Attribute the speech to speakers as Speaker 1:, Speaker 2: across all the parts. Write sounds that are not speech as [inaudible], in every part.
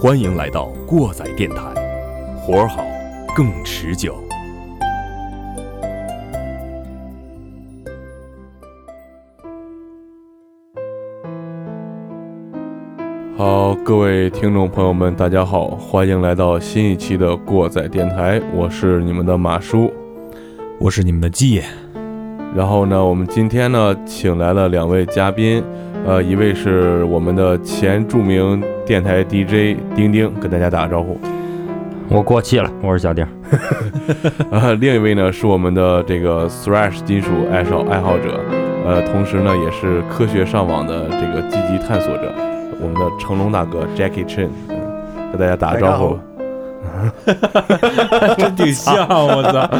Speaker 1: 欢迎来到过载电台，活儿好，更持久。
Speaker 2: 好，各位听众朋友们，大家好，欢迎来到新一期的过载电台，我是你们的马叔。
Speaker 3: 我是你们的季爷，
Speaker 2: 然后呢，我们今天呢，请来了两位嘉宾，呃，一位是我们的前著名电台 DJ 丁丁，跟大家打个招呼。
Speaker 4: 我过气了，我是小
Speaker 2: [laughs]
Speaker 4: 丁儿。
Speaker 2: 啊，另一位呢是我们的这个 thrash 金属爱少爱好者，呃，同时呢也是科学上网的这个积极探索者，我们的成龙大哥 Jackie Chan，嗯，跟大家打个招呼。
Speaker 3: 真挺像，我 [laughs] 操！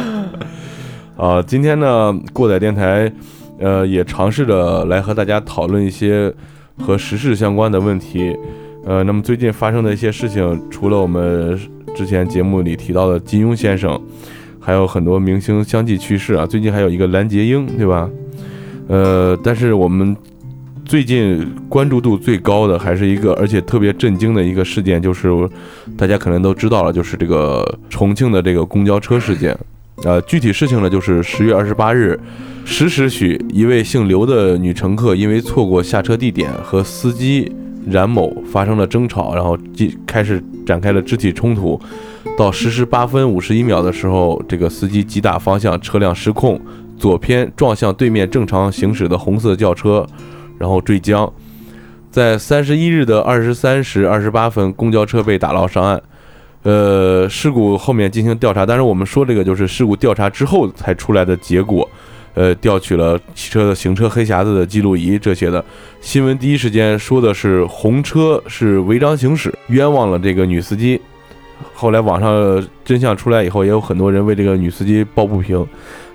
Speaker 2: 呃，今天呢，过载电台，呃，也尝试着来和大家讨论一些和时事相关的问题。呃，那么最近发生的一些事情，除了我们之前节目里提到的金庸先生，还有很多明星相继去世啊。最近还有一个蓝洁瑛，对吧？呃，但是我们最近关注度最高的还是一个，而且特别震惊的一个事件，就是大家可能都知道了，就是这个重庆的这个公交车事件。呃，具体事情呢，就是十月二十八日十时许，一位姓刘的女乘客因为错过下车地点和司机冉某发生了争吵，然后即开始展开了肢体冲突。到十时八分五十一秒的时候，这个司机急打方向，车辆失控，左偏撞向对面正常行驶的红色轿车，然后坠江。在三十一日的二十三时二十八分，公交车被打捞上岸。呃，事故后面进行调查，但是我们说这个就是事故调查之后才出来的结果。呃，调取了汽车的行车黑匣子的记录仪这些的新闻，第一时间说的是红车是违章行驶，冤枉了这个女司机。后来网上真相出来以后，也有很多人为这个女司机抱不平。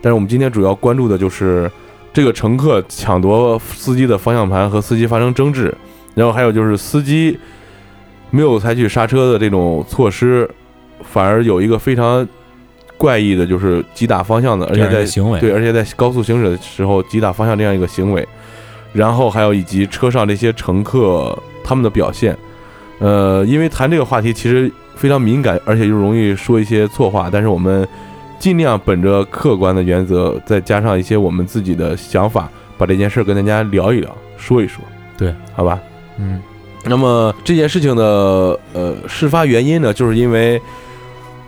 Speaker 2: 但是我们今天主要关注的就是这个乘客抢夺司机的方向盘和司机发生争执，然后还有就是司机没有采取刹车的这种措施，反而有一个非常怪异的，就是击打方向的，而
Speaker 3: 这
Speaker 2: 且
Speaker 3: 样一
Speaker 2: 在
Speaker 3: 个行为，
Speaker 2: 对，而且在高速行驶的时候击打方向这样一个行为，然后还有以及车上这些乘客他们的表现，呃，因为谈这个话题其实非常敏感，而且又容易说一些错话，但是我们尽量本着客观的原则，再加上一些我们自己的想法，把这件事儿跟大家聊一聊，说一说，
Speaker 3: 对，
Speaker 2: 好吧，
Speaker 3: 嗯，
Speaker 2: 那么这件事情的呃事发原因呢，就是因为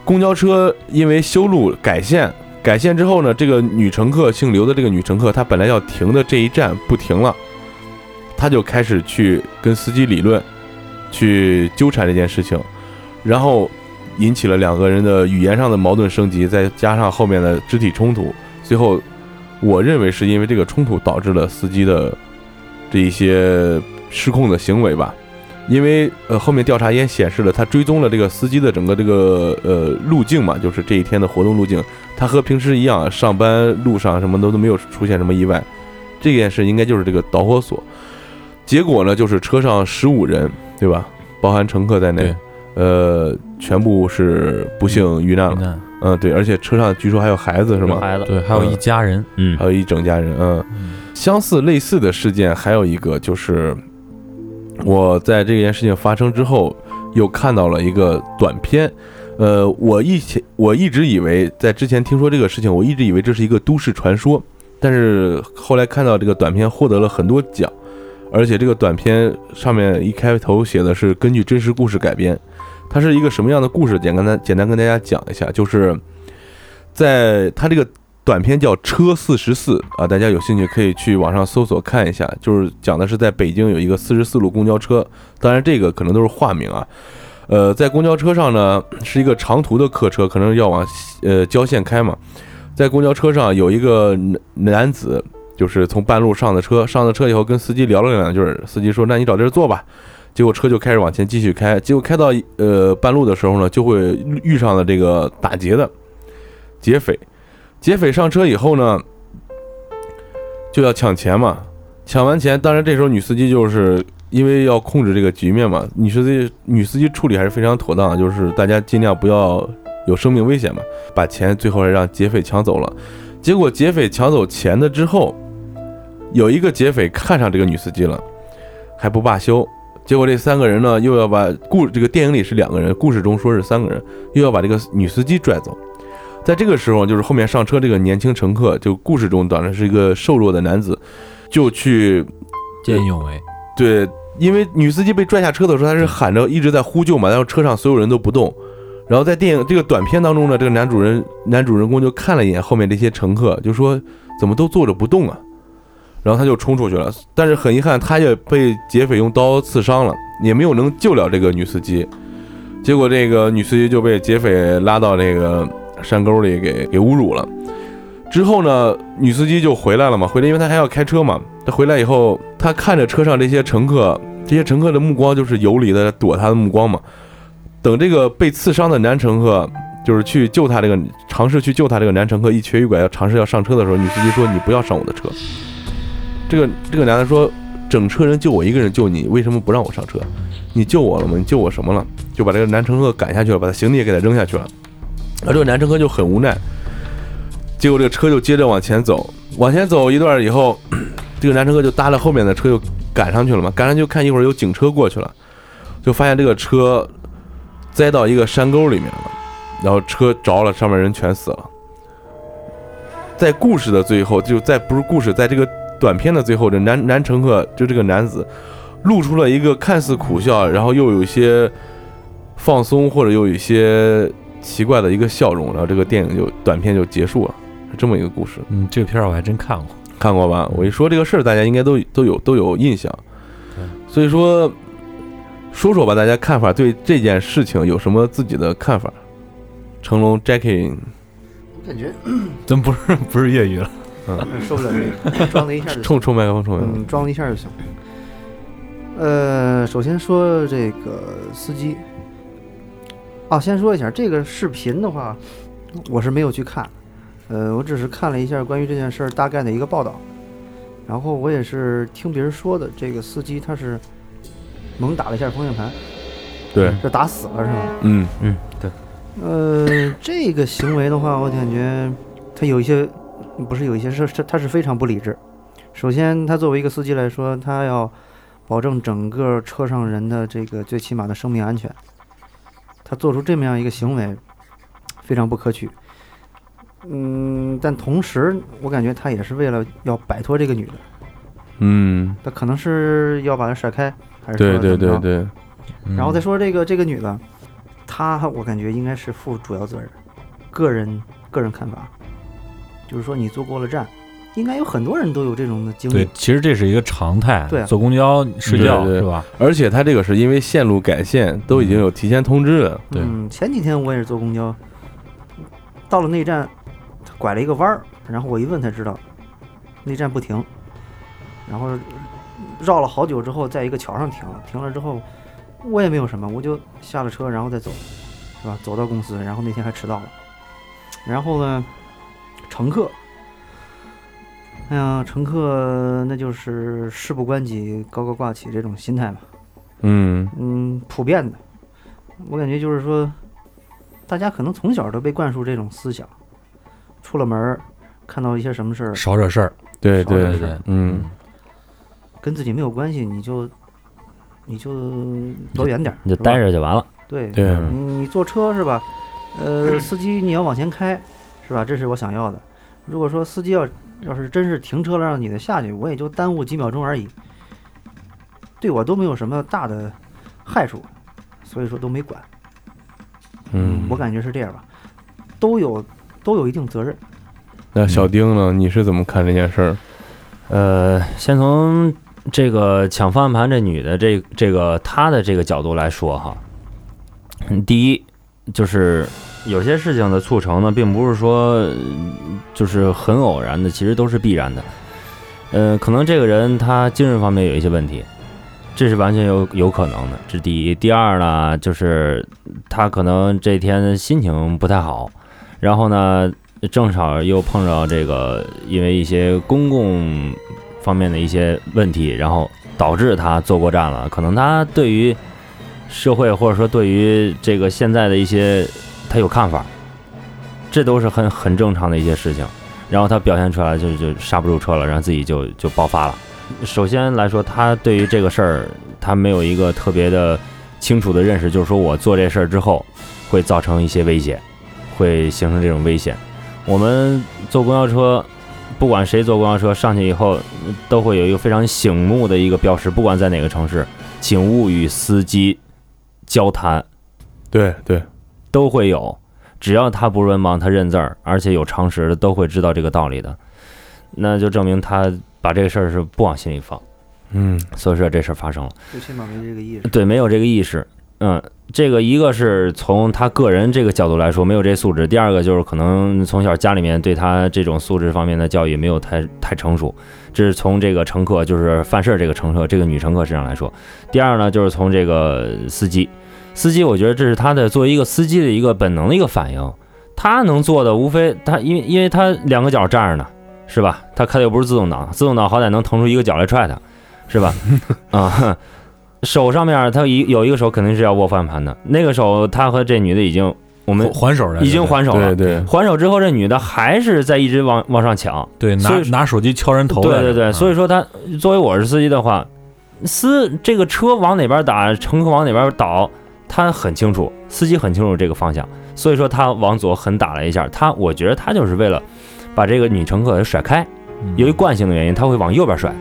Speaker 2: 公交车因为修路改线，改线之后呢，这个女乘客姓刘的这个女乘客，她本来要停的这一站不停了，她就开始去跟司机理论，去纠缠这件事情，然后引起了两个人的语言上的矛盾升级，再加上后面的肢体冲突，最后我认为是因为这个冲突导致了司机的这一些失控的行为吧。因为呃后面调查也显示了，他追踪了这个司机的整个这个呃路径嘛，就是这一天的活动路径，他和平时一样，上班路上什么都都没有出现什么意外，这件事应该就是这个导火索。结果呢，就是车上十五人，对吧？包含乘客在内
Speaker 3: 对，
Speaker 2: 呃，全部是不幸遇难了
Speaker 3: 你。看，
Speaker 2: 嗯，对，而且车上据说还有孩子是
Speaker 4: 有
Speaker 2: 吗？
Speaker 4: 孩子，
Speaker 3: 对，还有一家人，
Speaker 4: 嗯
Speaker 2: 还，有一整家人，嗯，相似类似的事件还有一个就是，我在这件事情发生之后，又看到了一个短片。呃，我以前我一直以为，在之前听说这个事情，我一直以为这是一个都市传说，但是后来看到这个短片获得了很多奖，而且这个短片上面一开头写的是根据真实故事改编，它是一个什么样的故事？简单的简单跟大家讲一下，就是在它这个短片叫《车四十四》啊，大家有兴趣可以去网上搜索看一下，就是讲的是在北京有一个四十四路公交车，当然这个可能都是化名啊。呃，在公交车上呢，是一个长途的客车，可能要往西呃郊县开嘛。在公交车上有一个男男子，就是从半路上的车，上了车以后跟司机聊了两句儿，司机说：“那你找地儿坐吧。”结果车就开始往前继续开，结果开到呃半路的时候呢，就会遇上了这个打劫的劫匪。劫匪上车以后呢，就要抢钱嘛。抢完钱，当然这时候女司机就是因为要控制这个局面嘛，女司机女司机处理还是非常妥当的，啊就是大家尽量不要有生命危险嘛，把钱最后还让劫匪抢走了。结果劫匪抢走钱的之后，有一个劫匪看上这个女司机了，还不罢休，结果这三个人呢，又要把故这个电影里是两个人，故事中说是三个人，又要把这个女司机拽走。在这个时候，就是后面上车这个年轻乘客，就故事中当然是一个瘦弱的男子，就去
Speaker 3: 见义勇为，
Speaker 2: 对，因为女司机被拽下车的时候，她是喊着一直在呼救嘛，然后车上所有人都不动。然后在电影这个短片当中呢，这个男主人男主人公就看了一眼后面这些乘客，就说怎么都坐着不动啊，然后他就冲出去了。但是很遗憾，他也被劫匪用刀刺伤了，也没有能救了这个女司机。结果这个女司机就被劫匪拉到那个山沟里给给侮辱了。之后呢，女司机就回来了嘛，回来因为她还要开车嘛。她回来以后，她看着车上这些乘客，这些乘客的目光就是游离的躲她的目光嘛。等这个被刺伤的男乘客，就是去救他这个尝试去救他这个男乘客一瘸一拐要尝试要上车的时候，女司机说：“你不要上我的车。”这个这个男的说：“整车人就我一个人救你，为什么不让我上车？你救我了吗？你救我什么了？”就把这个男乘客赶下去了，把他行李也给他扔下去了。而这个男乘客就很无奈，结果这个车就接着往前走，往前走一段以后， [clears throat] 这个男乘客就搭着后面的车就赶上去了嘛，赶上去看一会儿有警车过去了，就发现这个车栽到一个山沟里面了，然后车着了，上面人全死了。在故事的最后，就在不是故事，在这个短片的最后，这男男乘客就这个男子露出了一个看似苦笑，然后又有一些放松或者又有一些奇怪的一个笑容，然后这个电影就短片就结束了，是这么一个故事。
Speaker 3: 嗯，这个片儿我还真看 [laughs] 过，
Speaker 2: 看过吧？我一说这个事儿，大家应该都都有都有印象。所以说，说说吧，大家看法对这件事情有什么自己的看法？成龙 Jackie，
Speaker 5: 感觉嗯
Speaker 3: 真不是 [laughs] 不是业余了，
Speaker 5: 受不了这个，装了一下就行
Speaker 2: 冲冲麦克风，冲麦克风。
Speaker 5: 嗯，装了一下就行。呃，首先说这个司机，哦，先说一下这个视频的话，我是没有去看，呃，我只是看了一下关于这件事儿大概的一个报道，然后我也是听别人说的，这个司机他是猛打了一下方向盘，
Speaker 2: 对，
Speaker 5: 这打死了是吗？
Speaker 2: 嗯，
Speaker 5: 呃，这个行为的话，我感觉他有一些，不是有一些是，是他是非常不理智。首先，他作为一个司机来说，他要保证整个车上人的这个最起码的生命安全。他做出这么样一个行为，非常不可取。嗯，但同时，我感觉他也是为了要摆脱这个女的，
Speaker 2: 嗯，
Speaker 5: 他可能是要把她甩开，还是
Speaker 2: 对
Speaker 5: 说
Speaker 2: 对
Speaker 5: 怎
Speaker 2: 对
Speaker 5: 么着
Speaker 2: 对，
Speaker 3: 嗯
Speaker 5: 然后再说这个这个女的，她我感觉应该是负主要责任，个人个人看法，就是说你坐过了站，应该有很多人都有这种的经
Speaker 3: 对
Speaker 5: 历，，
Speaker 3: 其实这是一个常态，
Speaker 5: 对啊
Speaker 3: 坐公交睡觉
Speaker 2: 对对
Speaker 3: 是吧？
Speaker 2: 而且他这个是因为线路改线都已经有提前通知了，
Speaker 3: 对
Speaker 5: 嗯，前几天我也是坐公交，到了那站，他拐了一个弯儿，然后我一问才知道，那站不停，然后绕了好久之后，在一个桥上停了，停了之后，我也没有什么，我就下了车，然后再走，是吧？走到公司，然后那天还迟到了，然后呢，乘客。哎呀，乘客那就是事不关己高高挂起这种心态嘛。
Speaker 2: 嗯
Speaker 5: 嗯，普遍的，我感觉就是说，大家可能从小都被灌输这种思想，出了门儿看到一些什么事儿
Speaker 3: 少惹事儿，
Speaker 2: 对
Speaker 5: 少惹
Speaker 2: 对
Speaker 5: 事，
Speaker 3: 对，
Speaker 2: 嗯，
Speaker 5: 跟自己没有关系，你就你就躲远点儿，
Speaker 4: 你就是
Speaker 5: 吧
Speaker 4: 待着就完了。
Speaker 5: 对
Speaker 2: 对，
Speaker 5: 你你坐车是吧？ [clears throat] 呃，司机你要往前开，是吧？这是我想要的。如果说司机要要是真是停车了让你的下去，我也就耽误几秒钟而已，对我都没有什么大的害处，所以说都没管。
Speaker 2: 嗯
Speaker 5: 我。感觉是这样吧，都有都有一定责任。
Speaker 2: 那小丁呢？你是怎么看这件事儿？
Speaker 4: 呃，先从这个抢方向盘这女的这这个她的这个角度来说哈，嗯第一就是有些事情的促成呢，并不是说呃就是很偶然的，其实都是必然的。呃，可能这个人他精神方面有一些问题，这是完全有有可能的，这第一。第二呢，就是他可能这天心情不太好，然后呢，正好又碰着这个因为一些公共方面的一些问题，然后导致他坐过站了。可能他对于社会或者说对于这个现在的一些他有看法，这都是很很正常的一些事情。然后他表现出来就就刹不住车了，然后自己就就爆发了。首先来说，他对于这个事儿，他没有一个特别的清楚的认识，就是说我做这事儿之后会造成一些危险，会形成这种危险。我们坐公交车，不管谁坐公交车上去以后，都会有一个非常醒目的一个标识，不管在哪个城市，请勿与司机交谈。
Speaker 2: 对对，
Speaker 4: 都会有，只要他不是文盲，他认字儿，而且有常识的，都会知道这个道理的，那就证明他把这个事儿是不往心里放，
Speaker 2: 嗯，
Speaker 4: 所以说这事儿发生了，
Speaker 5: 最起码没这个意识。
Speaker 4: 对，没有这个意识，嗯，这个一个是从他个人这个角度来说没有这素质，第二个就是可能从小家里面对他这种素质方面的教育没有太太成熟，这是从这个乘客就是犯事儿这个乘客这个女乘客身上来说，第二呢就是从这个司机，司机，我觉得这是他的作为一个司机的一个本能的一个反应。他能做的无非他，因为因为他两个脚站着呢，是吧？他开的又不是自动挡，自动挡好歹能腾出一个脚来踹他，
Speaker 2: [laughs]
Speaker 4: 是吧？啊、哼手上面他一有一个手肯定是要握方向盘的，那个手他和这女的已经我们
Speaker 3: 还手来着
Speaker 4: 已经还手了
Speaker 2: 对，对，
Speaker 4: 还手之后这女的还是在一直往往上抢，
Speaker 3: 对拿
Speaker 4: 所以
Speaker 3: 拿手机敲人头来嗯
Speaker 4: 对
Speaker 3: 着，啊
Speaker 4: 对对，所
Speaker 3: 以
Speaker 4: 以说他作为我是司机的话，司这个车往哪边打，乘客往哪边倒，他很清楚，司机很清楚这个方向，所以说他往左狠打了一下，他我觉得他就是为了把这个女乘客给甩开，由于惯性的原因，他会往右边甩，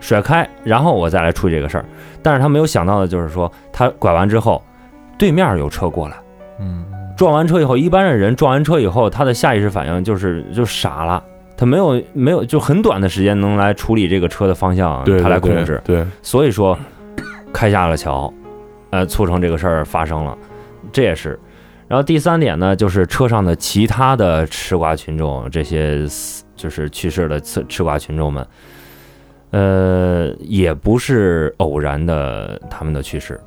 Speaker 4: 甩开，然后我再来处理这个事儿，但是他没有想到的就是说，他拐完之后，对面有车过来。
Speaker 3: 嗯
Speaker 4: 撞完车以后，一般的人撞完车以后，他的下意识反应就是就傻了，他没有没有就很短的时间能来处理这个车的方向，
Speaker 2: 对
Speaker 4: 他来
Speaker 2: 对
Speaker 4: 控
Speaker 2: 对
Speaker 4: 制。
Speaker 2: 对，
Speaker 4: 所以说，开下了桥，呃，促成这个事儿发生了，这也是。然后第三点呢，就是车上的其他的吃瓜群众，这些死就是去世的吃吃瓜群众们，呃，也不是偶然的他们的去世。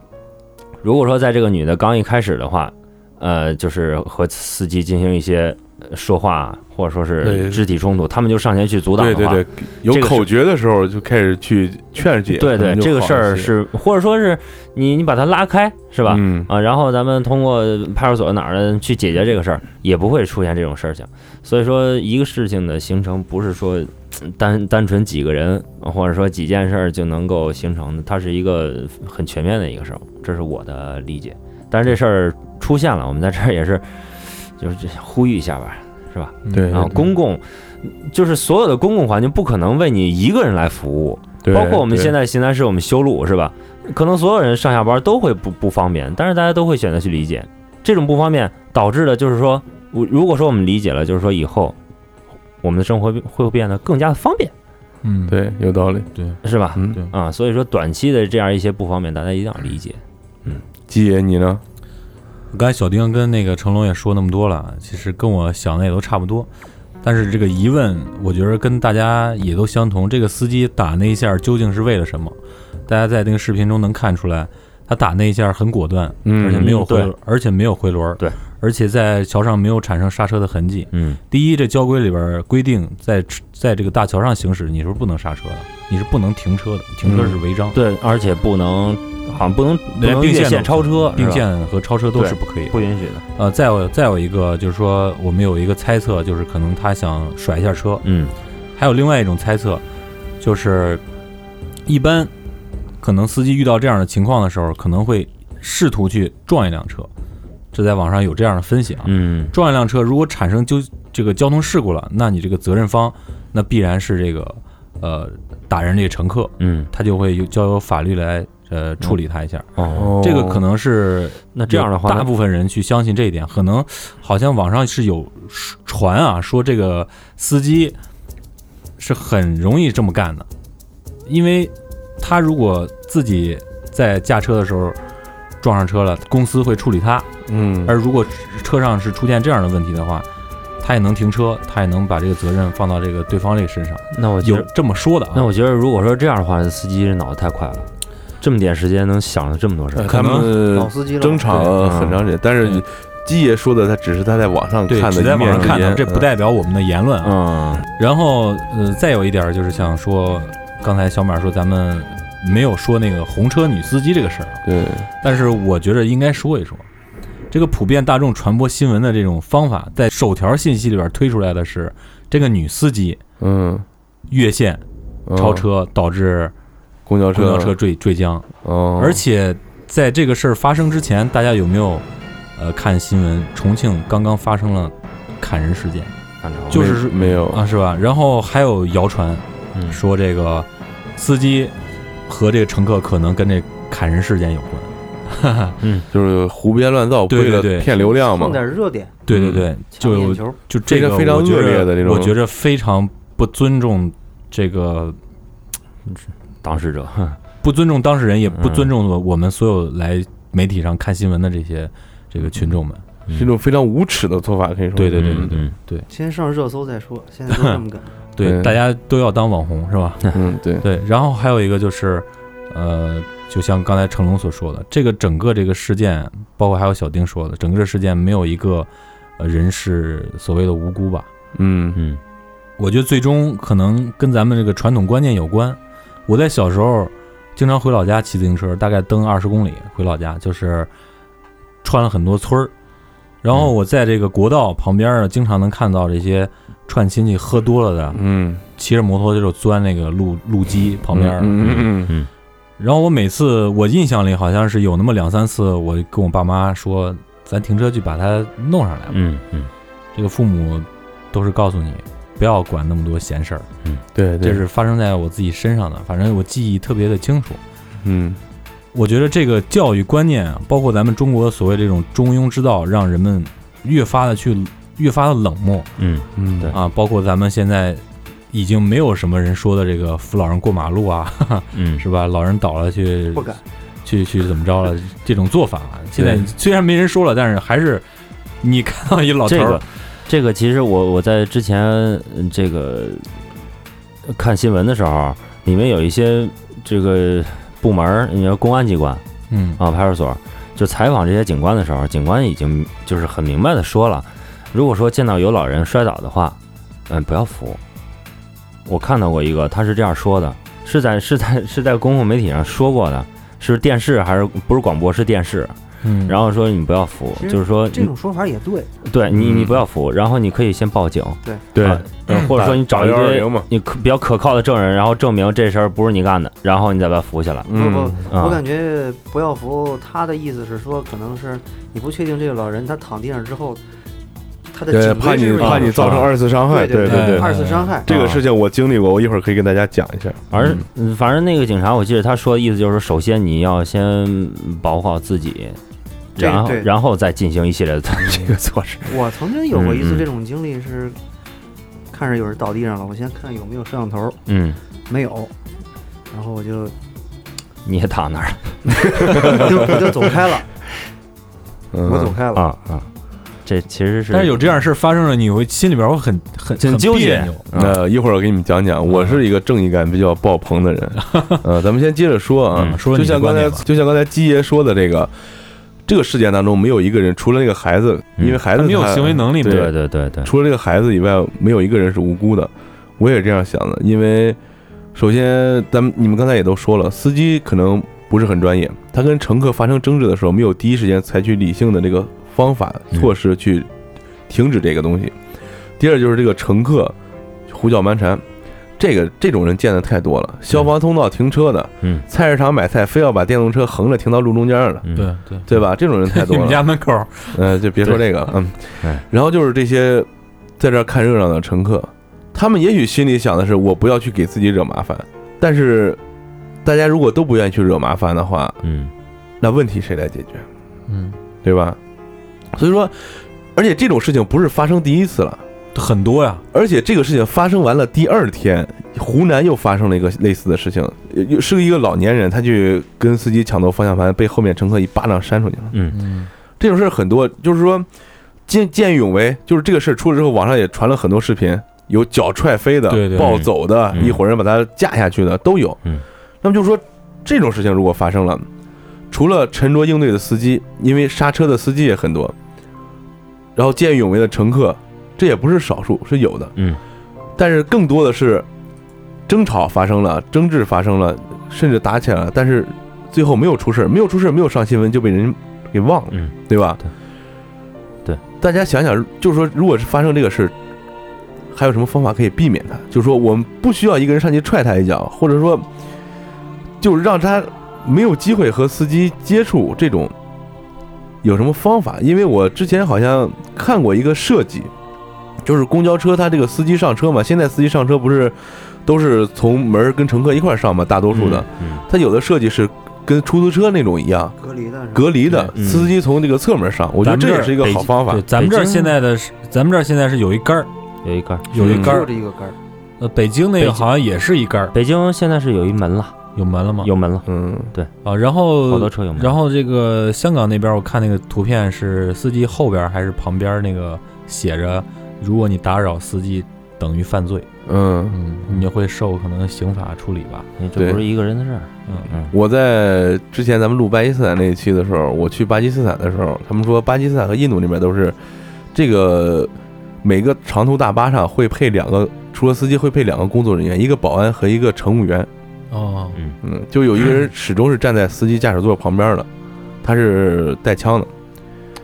Speaker 4: 如果说在这个女的刚一开始的话，呃，就是和司机进行一些呃说话或者说是
Speaker 2: 对
Speaker 4: 肢体冲突，他们就上前去阻挡的
Speaker 2: 对
Speaker 4: 话，
Speaker 2: 对对，有
Speaker 4: 这个
Speaker 2: 口
Speaker 4: 是
Speaker 2: 诀的时候就开始去劝解，
Speaker 4: 对
Speaker 2: 可
Speaker 4: 对，
Speaker 2: 能就
Speaker 4: 这个
Speaker 2: 好
Speaker 4: 事儿
Speaker 2: 一些
Speaker 4: 是，或者说是你你把它拉开，是吧？
Speaker 2: 嗯，
Speaker 4: 啊，然后咱们通过派出所哪儿的去解决这个事儿，也不会出现这种事情。所以说，一个事情的形成不是说呃单单纯几个人或者说几件事儿就能够形成的，它是一个很全面的一个事儿，这是我的理解。但是这事儿出现了，我们在这儿也是就是这呼吁一下吧，
Speaker 3: 嗯
Speaker 2: 对
Speaker 4: 啊，公共就是所有的公共环境不可能为你一个人来服务，
Speaker 2: 对
Speaker 4: 包括我们
Speaker 2: 对
Speaker 4: 现在邢台市，我们修路是吧？可能所有人上下班都会不不方便，但是大家都会选择去理解这种不方便导致的，就是说，我如果说我们理解了，就是说以后我们的生活会变得更加方便，
Speaker 3: 嗯
Speaker 2: 对有道理，
Speaker 4: 是吧？
Speaker 2: 嗯，
Speaker 3: 对
Speaker 4: 啊，所以说短期的这样一些不方便，大家一定要理解。
Speaker 2: 季爷你呢？
Speaker 3: 刚才小丁跟那个成龙也说那么多了，其实跟我想的也都差不多，但是这个疑问，我觉得跟大家也都相同。这个司机打那一下究竟是为了什么？大家在那个视频中能看出来，他打那一下很果断，
Speaker 2: 嗯
Speaker 3: 而且没有回
Speaker 4: 嗯，
Speaker 3: 而且没有回轮，
Speaker 4: 对，
Speaker 3: 而且在桥上没有产生刹车的痕迹。
Speaker 4: 嗯，
Speaker 3: 第一，这交规里边规定，在在这个大桥上行驶，你是不能刹车的，你是不能停车的，停车是违章。
Speaker 4: 对，而且不能，好像不能嗯不
Speaker 3: 连
Speaker 4: 能
Speaker 3: 并
Speaker 4: 越
Speaker 3: 线
Speaker 4: 线超车，
Speaker 3: 并
Speaker 4: 是吧
Speaker 3: 线和超车都
Speaker 4: 对
Speaker 3: 是不可以的。
Speaker 4: 不允许的。
Speaker 3: 呃，再有再有一个就是说，我们有一个猜测，就是可能他想甩一下车。
Speaker 4: 嗯
Speaker 3: 还有另外一种猜测，就是一般可能司机遇到这样的情况的时候，可能会试图去撞一辆车。这在网上有这样的分析啊。
Speaker 4: 嗯，
Speaker 3: 撞一辆车如果产生就这个交通事故了，那你这个责任方那必然是这个呃打人这个乘客，
Speaker 4: 嗯，
Speaker 3: 他就会有交由法律来呃处理他一下。
Speaker 4: 哦，
Speaker 3: 这个可能是
Speaker 4: 那这样的话，
Speaker 3: 大部分人去相信这一点，可能好像网上是有传啊，说这个司机是很容易这么干的，因为他如果自己在驾车的时候撞上车了，公司会处理他；
Speaker 2: 嗯，
Speaker 3: 而如果车上是出现这样的问题的话，他也能停车，他也能把这个责任放到这个对方这个身上，
Speaker 4: 那我觉得
Speaker 3: 有这么说的啊。
Speaker 4: 那我觉得，如果说这样的话，司机脑子太快了，这么点时间能想了这么多事儿
Speaker 2: 呃。他们
Speaker 5: 老司机了，
Speaker 2: 争吵
Speaker 3: 对
Speaker 2: 呃
Speaker 4: 嗯
Speaker 2: 很长时间，但是
Speaker 3: 对
Speaker 2: 季爷说的，他只是他在网上
Speaker 3: 对，
Speaker 2: 看的
Speaker 3: 只在
Speaker 2: 一
Speaker 3: 网
Speaker 2: 面
Speaker 3: 上
Speaker 2: 之
Speaker 3: 看到，
Speaker 2: 言，
Speaker 3: 这不代表我们的言论啊。
Speaker 4: 嗯
Speaker 3: 然后呃，再有一点儿就是想说，刚才小马说咱们没有说那个红车女司机这个事儿啊，
Speaker 2: 对
Speaker 3: 但是我觉得应该说一说。这个普遍大众传播新闻的这种方法，在首条信息里边推出来的是这个女司机
Speaker 2: 嗯
Speaker 3: 越线
Speaker 2: 嗯
Speaker 3: 超车导致
Speaker 2: 公交车，
Speaker 3: 公交车，坠坠江。
Speaker 2: 哦，
Speaker 3: 而且在这个事儿发生之前，大家有没有呃看新闻？重庆刚刚发生了砍人事件
Speaker 4: 反正
Speaker 3: 就
Speaker 2: 没
Speaker 3: 是
Speaker 2: 没有
Speaker 3: 啊，是吧？然后还有谣传
Speaker 4: 嗯
Speaker 3: 说这个司机和这个乘客可能跟这砍人事件有关。
Speaker 2: 就是胡编乱造，
Speaker 3: 对
Speaker 2: 为了
Speaker 3: 对对
Speaker 2: 骗流量嘛
Speaker 5: 蹭。点热点，
Speaker 3: 对对
Speaker 2: 嗯
Speaker 3: 对，
Speaker 5: 抢眼
Speaker 3: 就
Speaker 5: 球，
Speaker 3: 就这
Speaker 2: 这
Speaker 3: 个
Speaker 2: 个非常
Speaker 3: 我觉
Speaker 2: 恶
Speaker 3: 着
Speaker 2: 劣的这种
Speaker 3: 我觉着非常不尊重这个，
Speaker 4: 当事者，
Speaker 3: 不尊重当事人，也不
Speaker 4: 嗯
Speaker 3: 尊重我我们所有来媒体上看新闻的这些这个群众们。
Speaker 2: 是一种非常无耻的做法，可以说。
Speaker 3: 对对对对
Speaker 4: 嗯
Speaker 3: 对
Speaker 4: 嗯
Speaker 5: 先上热搜再说。现在都这
Speaker 2: [laughs]
Speaker 5: 么干，
Speaker 3: 对，
Speaker 2: 对
Speaker 3: 大家都要当网红是吧？
Speaker 2: 嗯，对，
Speaker 3: 对，然后还有一个就是，呃，就像刚才成龙所说的，这个整个这个事件，包括还有小丁说的，整个这事件没有一个呃人是所谓的无辜吧？
Speaker 2: 嗯
Speaker 4: 嗯
Speaker 3: 我觉得最终可能跟咱们这个传统观念有关。我在小时候经常回老家骑自行车，大概蹬二十公里回老家，就是穿了很多村儿。然后我在这个国道旁边呢，经常能看到这些串亲戚喝多了的，
Speaker 2: 嗯，
Speaker 3: 骑着摩托就是钻那个路路基旁边儿，
Speaker 2: 嗯嗯嗯
Speaker 3: 然后我每次我印象里好像是有那么两三次，我跟我爸妈说，咱停车去把它弄上来吧。
Speaker 4: 嗯嗯，
Speaker 3: 这个父母都是告诉你不要管那么多闲事儿，
Speaker 2: 对对，
Speaker 3: 这是发生在我自己身上的，反正我记忆特别的清楚。
Speaker 2: 嗯
Speaker 3: 我觉得这个教育观念啊，包括咱们中国所谓这种中庸之道，让人们越发的去越发的冷漠
Speaker 4: 嗯
Speaker 2: 嗯，
Speaker 4: 对
Speaker 3: 啊，包括咱们现在已经没有什么人说的这个扶老人过马路啊， [laughs]
Speaker 4: 嗯
Speaker 3: 是吧？老人倒了去
Speaker 5: 不敢。
Speaker 3: 去去怎么着了？这种做法啊现在虽然没人说了，但是还是你看到一老头
Speaker 4: 这
Speaker 3: 儿，
Speaker 4: 个这个其实我我在之前嗯这个看新闻的时候，里面有一些这个部门儿，你说公安机关
Speaker 3: 嗯
Speaker 4: 啊、派出所，就采访这些警官的时候，警官已经就是很明白的说了，如果说见到有老人摔倒的话，嗯，不要扶。我看到过一个，他是这样说的，是在是在是在公共媒体上说过的，是电视还是不是广播？是电视。
Speaker 3: 嗯，
Speaker 4: 然后说你不要扶，
Speaker 5: 其实
Speaker 4: 就是说
Speaker 5: 这种说法也对，
Speaker 4: 对你
Speaker 2: 嗯
Speaker 4: 你不要扶，然后你可以先报警，
Speaker 2: 对，
Speaker 4: 啊呃或者说你找一
Speaker 2: 幺二
Speaker 4: 堆
Speaker 2: 零嘛，
Speaker 4: 你可比较可靠的证人，然后证明这事儿不是你干的，然后你再把他扶起来。
Speaker 5: 不不，
Speaker 2: 嗯
Speaker 5: 我
Speaker 4: 啊
Speaker 5: 感觉不要扶他的意思是说，可能是你不确定这个老人他躺地上之后，他的
Speaker 2: 对，
Speaker 5: 颈
Speaker 2: 怕
Speaker 5: 椎
Speaker 2: 你
Speaker 5: 是不是
Speaker 2: 怕你造成二次伤害，
Speaker 5: 对对
Speaker 2: 对对。
Speaker 5: 二次伤害。啊
Speaker 2: 这个事情我经历过，我一会儿可以跟大家讲一下。
Speaker 4: 而嗯反正那个警察，我记得他说的意思就是说，首先你要先保护好自己，
Speaker 5: 对
Speaker 4: 然后
Speaker 5: 对
Speaker 4: 然后再进行一系列的这个措施。
Speaker 5: 我曾经有过一
Speaker 4: 嗯
Speaker 5: 次
Speaker 4: 嗯
Speaker 5: 这种经历，是看着有人倒地上了，我先看有没有摄像头，
Speaker 4: [laughs] 嗯，
Speaker 5: 没有，然后我就
Speaker 4: 你也躺那儿
Speaker 5: 我就我就走开
Speaker 2: [laughs]
Speaker 5: 了，
Speaker 2: 嗯
Speaker 5: 我走开
Speaker 4: 了
Speaker 5: 了。
Speaker 4: 啊啊，这其实是
Speaker 3: 但是有这样的事儿发生了，你会心里边会很很
Speaker 4: 很纠结
Speaker 3: 别扭
Speaker 2: 呃，一会儿我给你们讲讲，我是一个正义感比较爆棚的人。呃，咱们先接着说啊，
Speaker 4: 嗯
Speaker 3: 说
Speaker 2: 就
Speaker 3: 你的
Speaker 2: 像刚
Speaker 3: 观
Speaker 2: 才
Speaker 3: 点吧，
Speaker 2: 就像刚才基爷说的这个，这个事件当中没有一个人，除了那个孩子，
Speaker 4: 嗯
Speaker 2: 因为孩子
Speaker 3: 他没有
Speaker 2: 他
Speaker 3: 行为能力嘛
Speaker 2: 对
Speaker 4: 对对对对，
Speaker 2: 除了这个孩子以外，没有一个人是无辜的。我也是这样想的，因为首先咱们你们刚才也都说了，司机可能不是很专业，他跟乘客发生争执的时候，没有第一时间采取理性的这个方法
Speaker 4: 嗯
Speaker 2: 措施去停止这个东西。第二就是这个乘客胡搅蛮缠。这个这种人见的太多了，消防通道停车的，
Speaker 4: 嗯，
Speaker 2: 菜市场买菜非要把电动车横着停到路中间了，
Speaker 4: 嗯，
Speaker 3: 对对。
Speaker 2: 对吧？这种人太多
Speaker 3: [laughs] 你
Speaker 2: 了。
Speaker 3: 们家门口儿，
Speaker 2: 呃，就别说这个了，嗯
Speaker 4: 哎。
Speaker 2: 然后就是这些在这儿看热闹的乘客，他们也许心里想的是我不要去给自己惹麻烦，但是大家如果都不愿意去惹麻烦的话，
Speaker 4: 嗯
Speaker 2: 那问题谁来解决，
Speaker 3: 嗯，
Speaker 2: 对吧？所以说，而且这种事情不是发生第一次了。
Speaker 3: 很多呀，
Speaker 2: 而且这个事情发生完了第二天，湖南又发生了一个类似的事情，呃又是一个老年人，他去跟司机抢夺方向盘，被后面乘客一巴掌扇出去了。
Speaker 4: 嗯
Speaker 3: 嗯，
Speaker 2: 这种事儿很多，就是说见见义勇为，就是这个事儿出了之后，网上也传了很多视频，有脚踹飞的、
Speaker 3: 对对
Speaker 2: 暴走的，
Speaker 4: 嗯
Speaker 2: 一伙人把他架下去的都有。
Speaker 4: 嗯，
Speaker 2: 那么就是说这种事情如果发生了，除了沉着应对的司机，因为刹车的司机也很多，然后见义勇为的乘客，这也不是少数，是有的。
Speaker 4: 嗯，
Speaker 2: 但是更多的是争吵发生了，争执发生了，甚至打起来了，但是最后没有出事儿，没有出事儿，没有上新闻就被人给忘了，
Speaker 4: 嗯
Speaker 2: 对吧？
Speaker 4: 对，
Speaker 2: 大家想想，就是说，如果是发生这个事儿，还有什么方法可以避免它？就是说，我们不需要一个人上去踹他一脚，或者说。就是让他没有机会和司机接触，这种有什么方法？因为我之前好像看过一个设计，就是公交车它这个司机上车嘛，现在司机上车不是都是从门儿跟乘客一块儿上嘛，大多数的，
Speaker 4: 嗯，
Speaker 2: 它有的设计是跟出租车那种一样。
Speaker 5: 隔离的是吧
Speaker 2: 隔离的
Speaker 4: 嗯
Speaker 2: 司机从这个侧门上，我觉得
Speaker 3: 咱们
Speaker 2: 这
Speaker 3: 这
Speaker 2: 也
Speaker 3: 儿
Speaker 2: 是一个
Speaker 4: 北
Speaker 2: 好
Speaker 4: 京
Speaker 2: 方法
Speaker 3: 对，。咱们这儿
Speaker 4: 北京
Speaker 3: 现在的是，咱们这儿现在是有一杆儿，
Speaker 4: 嗯有一杆儿。
Speaker 3: 有一杆
Speaker 5: 就
Speaker 3: 儿。
Speaker 5: 嗯这一个杆儿，
Speaker 3: 呃，北京那
Speaker 4: 北
Speaker 3: 个
Speaker 4: 京
Speaker 3: 好像也是一杆儿，
Speaker 4: 北京现在是有一门了，
Speaker 3: 有门了吗？
Speaker 4: 有门了，
Speaker 2: 嗯，
Speaker 3: 啊，然
Speaker 4: 好多
Speaker 3: 后
Speaker 4: 车有门。
Speaker 3: 然后这个香港那边我看那个图片是司机后边还是旁边那个写着，如果你打扰司机等于犯罪，
Speaker 2: 嗯，
Speaker 3: 嗯，你就会受可能刑法处理吧。
Speaker 4: 哎这不是一个人的事儿。
Speaker 3: 嗯
Speaker 4: 嗯
Speaker 2: 我在之前咱们录巴基斯坦那一期的时候，我去巴基斯坦的时候，他们说巴基斯坦和印度那边都是这个每个长途大巴上会配两个，除了司机会配两个工作人员，一个保安和一个乘务员。
Speaker 3: 哦，
Speaker 2: 嗯，就有一个人始终是站在司机驾驶座旁边的，他是带枪的。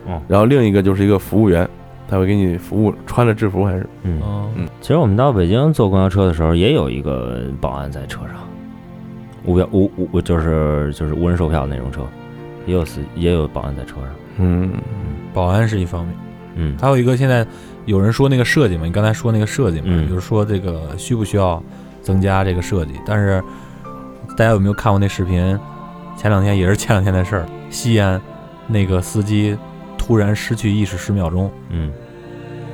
Speaker 4: 哦
Speaker 2: 然后另一个就是一个服务员，他会给你服务，穿着制服还是
Speaker 4: 嗯，
Speaker 3: 哦，
Speaker 4: 其实我们到北京坐公交车的时候，也有一个保安在车上，无票无无就是就是无人售票的那种车，也有司也有保安在车上。
Speaker 2: 嗯
Speaker 3: 保安是一方面，
Speaker 4: 嗯
Speaker 3: 还有一个现在有人说那个设计嘛，你刚才说那个设计嘛，
Speaker 4: 嗯
Speaker 3: 就是说这个需不需要增加这个设计？但是大家有没有看过那视频？前两天也是前两天的事儿，西安那个司机突然失去意识十秒钟，
Speaker 4: 嗯，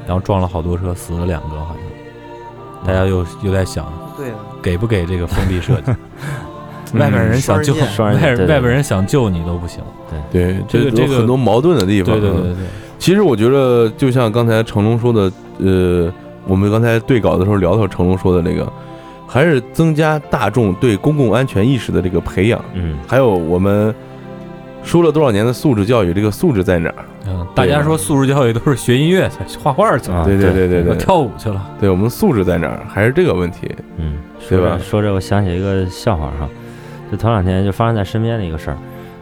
Speaker 3: 然后撞了好多车，死了两个好像。大家又又在想，
Speaker 5: 对啊，
Speaker 3: 给不给这个封闭设计？
Speaker 2: 嗯
Speaker 3: [laughs] 外边人想救，
Speaker 5: 双刃
Speaker 3: [laughs] 外
Speaker 5: 剑
Speaker 4: 双刃剑对对
Speaker 3: 外边人想救你都不行。
Speaker 2: 对
Speaker 3: 这个
Speaker 2: 有
Speaker 3: 这个
Speaker 2: 很多矛盾的地方。
Speaker 3: 对对
Speaker 2: 嗯
Speaker 3: 对对对，
Speaker 2: 其实我觉得，就像刚才成龙说的，呃，我们刚才对稿的时候聊到成龙说的那个，还是增加大众对公共安全意识的这个培养，
Speaker 4: 嗯
Speaker 2: 还有我们说了多少年的素质教育，这个素质在哪儿？
Speaker 3: 嗯，大家说素质教育都是学音乐去、画画去了
Speaker 4: 啊，
Speaker 2: 对对对对
Speaker 3: 我
Speaker 2: 对，
Speaker 3: 跳舞去了。
Speaker 2: 对我们素质在哪儿？还是这个问题？
Speaker 4: 嗯，
Speaker 2: 对
Speaker 4: 说
Speaker 2: 吧
Speaker 4: 这说这，我想起一个笑话哈，就头两天就发生在身边的一个事儿，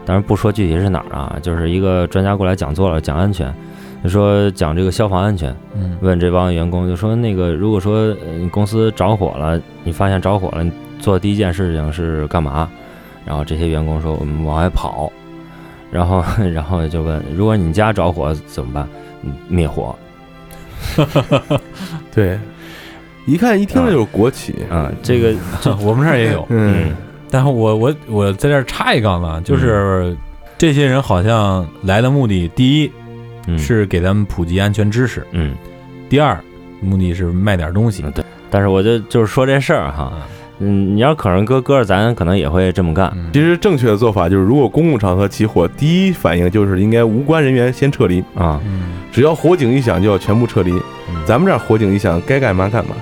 Speaker 4: 当然不说具体是哪儿啊，就是一个专家过来讲座了，讲安全，就说讲这个消防安全，
Speaker 3: 嗯
Speaker 4: 问这帮员工就说那个如果说呃你公司着火了，你发现着火了，你做的第一件事情是干嘛？然后这些员工说我们往外跑，然后 [laughs] 然后就问如果你家着火怎么办？嗯灭火，
Speaker 2: 对，一看一听这就是国企，
Speaker 4: 嗯，这个，
Speaker 3: [laughs] 我们这儿也有，
Speaker 2: 嗯，
Speaker 3: 但是我我我在这儿插一杠子，就是这些人好像来的目的，第一
Speaker 4: 嗯，
Speaker 3: 是给咱们普及安全知识，
Speaker 4: 嗯。
Speaker 3: 第二目的是卖点东西
Speaker 4: 嗯。对但是我就就是说这事儿哈，嗯，你要可能搁搁着咱，可能也会这么干。
Speaker 3: 嗯
Speaker 2: 其实正确的做法就是，如果公共场合起火，第一反应就是应该无关人员先撤离，
Speaker 4: 啊，
Speaker 3: 嗯
Speaker 2: 只要火警一响就要全部撤离。
Speaker 4: 嗯
Speaker 2: 咱们这儿火警一响，该干嘛干嘛，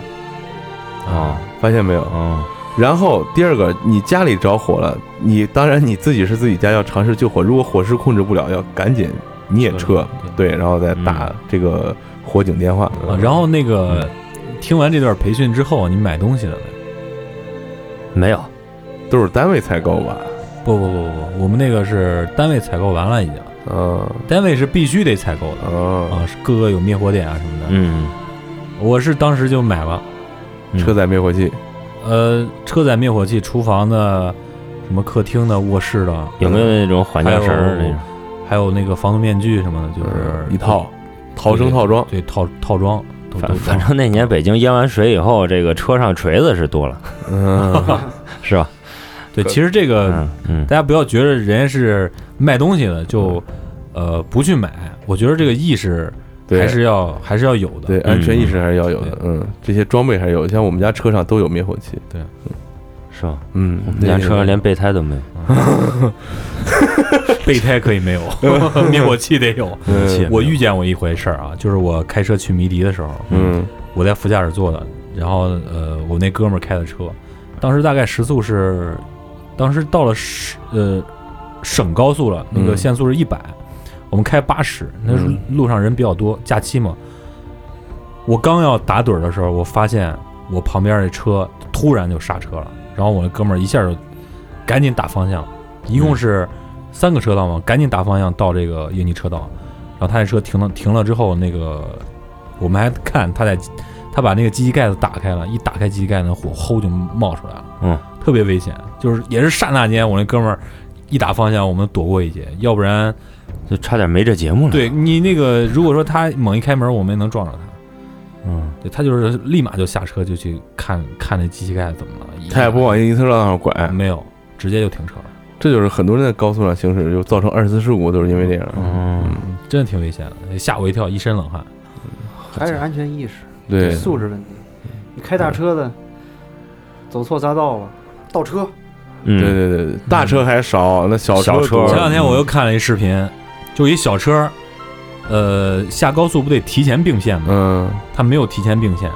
Speaker 4: 啊，
Speaker 2: 发现没有？
Speaker 4: 哦，
Speaker 2: 然后第二个，你家里着火了，你当然你自己是自己家，要尝试救火。如果火势控制不了，要赶紧你也撤，
Speaker 3: 嗯
Speaker 2: 对，然后再打这个火警电话。
Speaker 3: 啊，然后那
Speaker 4: 嗯
Speaker 3: 个听完这段培训之后，啊你买东西了没？
Speaker 4: 没有，
Speaker 2: 都是单位采购吧？
Speaker 3: 不不不不，不我们那个是单位采购完了已经，
Speaker 2: 嗯
Speaker 3: 单位是必须得采购的
Speaker 2: 嗯，
Speaker 3: 啊，是各个有灭火点啊什么的。
Speaker 4: 嗯，
Speaker 3: 我是当时就买了，
Speaker 2: 车载灭火器，
Speaker 3: 呃，车载灭火器、厨房的、什么客厅的、卧室的，
Speaker 4: 有没有那种缓降绳儿
Speaker 3: 还有
Speaker 4: 那种？
Speaker 3: 还有那个防毒面具什么的，就是
Speaker 4: 嗯
Speaker 2: 一套逃生套装。
Speaker 3: 对套套装都都
Speaker 4: 反
Speaker 3: 装
Speaker 4: 反。正那
Speaker 5: 啊
Speaker 4: 年北京淹完水以后，这个车上锤子是
Speaker 5: [laughs]
Speaker 4: 多了，
Speaker 2: 嗯，
Speaker 4: 是吧？
Speaker 3: 对，其实这个
Speaker 5: 呃
Speaker 4: 嗯嗯
Speaker 3: 大家不要觉得人家是卖东西的就呃不去买，我觉得这个意识还
Speaker 2: 对
Speaker 3: 是要还是要有的。
Speaker 2: 对，
Speaker 4: 嗯
Speaker 2: 安全意识还是要有的。嗯，这些装备还是有，像我们家车上都有灭火器。
Speaker 4: 是吧？
Speaker 2: 嗯，
Speaker 4: 我们家车上连备胎都没有，
Speaker 3: 备胎可以
Speaker 2: [laughs]
Speaker 3: 没有，灭火器得有。
Speaker 2: 嗯
Speaker 3: 我遇见过一回事儿啊，就是我开车去迷笛的时候，
Speaker 2: 嗯
Speaker 3: 我在副驾驶座的，然后呃，我那哥们儿开的车，当时大概时速是，当时到了省呃省高速了，那个
Speaker 2: 嗯
Speaker 3: 限速是一百、我们开八十，那
Speaker 2: 嗯
Speaker 3: 路上人比较多，假期嘛。我刚要打盹儿的时候，我发现我旁边那车突然就刹车了，然后我那哥们儿一下就赶紧打方向，一共是三个车道嘛，赶紧打方向到这个应急车道，然后他那车停了，停了之后，那个我们还看他在他把那个机器盖子打开了，一打开机器盖子，火齁就冒出来了，
Speaker 4: 嗯，
Speaker 3: 特别危险，就是也是刹那间，我那哥们儿一打方向，我们躲过一劫，要不然
Speaker 4: 就差点没这节
Speaker 3: [laughs]
Speaker 4: 目了。，
Speaker 3: 对你那个如果说他猛一开门，我们也能撞着他，
Speaker 4: 嗯，
Speaker 3: 对他就是立马就下车就去看看那机器盖子怎么了，一
Speaker 2: 他也不往一车道上拐，
Speaker 3: 没有，直接就停车了，
Speaker 2: 这就是很多人在高速上行驶就造成二次事故，都是因为这样。
Speaker 4: 嗯，
Speaker 3: 真的挺危险的，吓我一跳，一身冷汗。
Speaker 5: 还是安全意识、
Speaker 2: 对，
Speaker 5: 素质问题。你开大车的走错匝道了，倒车，
Speaker 4: 嗯，
Speaker 2: 对对对，对大车还少，那小
Speaker 4: 小车
Speaker 2: 多
Speaker 3: 前两天我又看了一视频，就一小车，呃，下高速不得提前并线吗？
Speaker 2: 嗯，
Speaker 3: 他没有提前并线，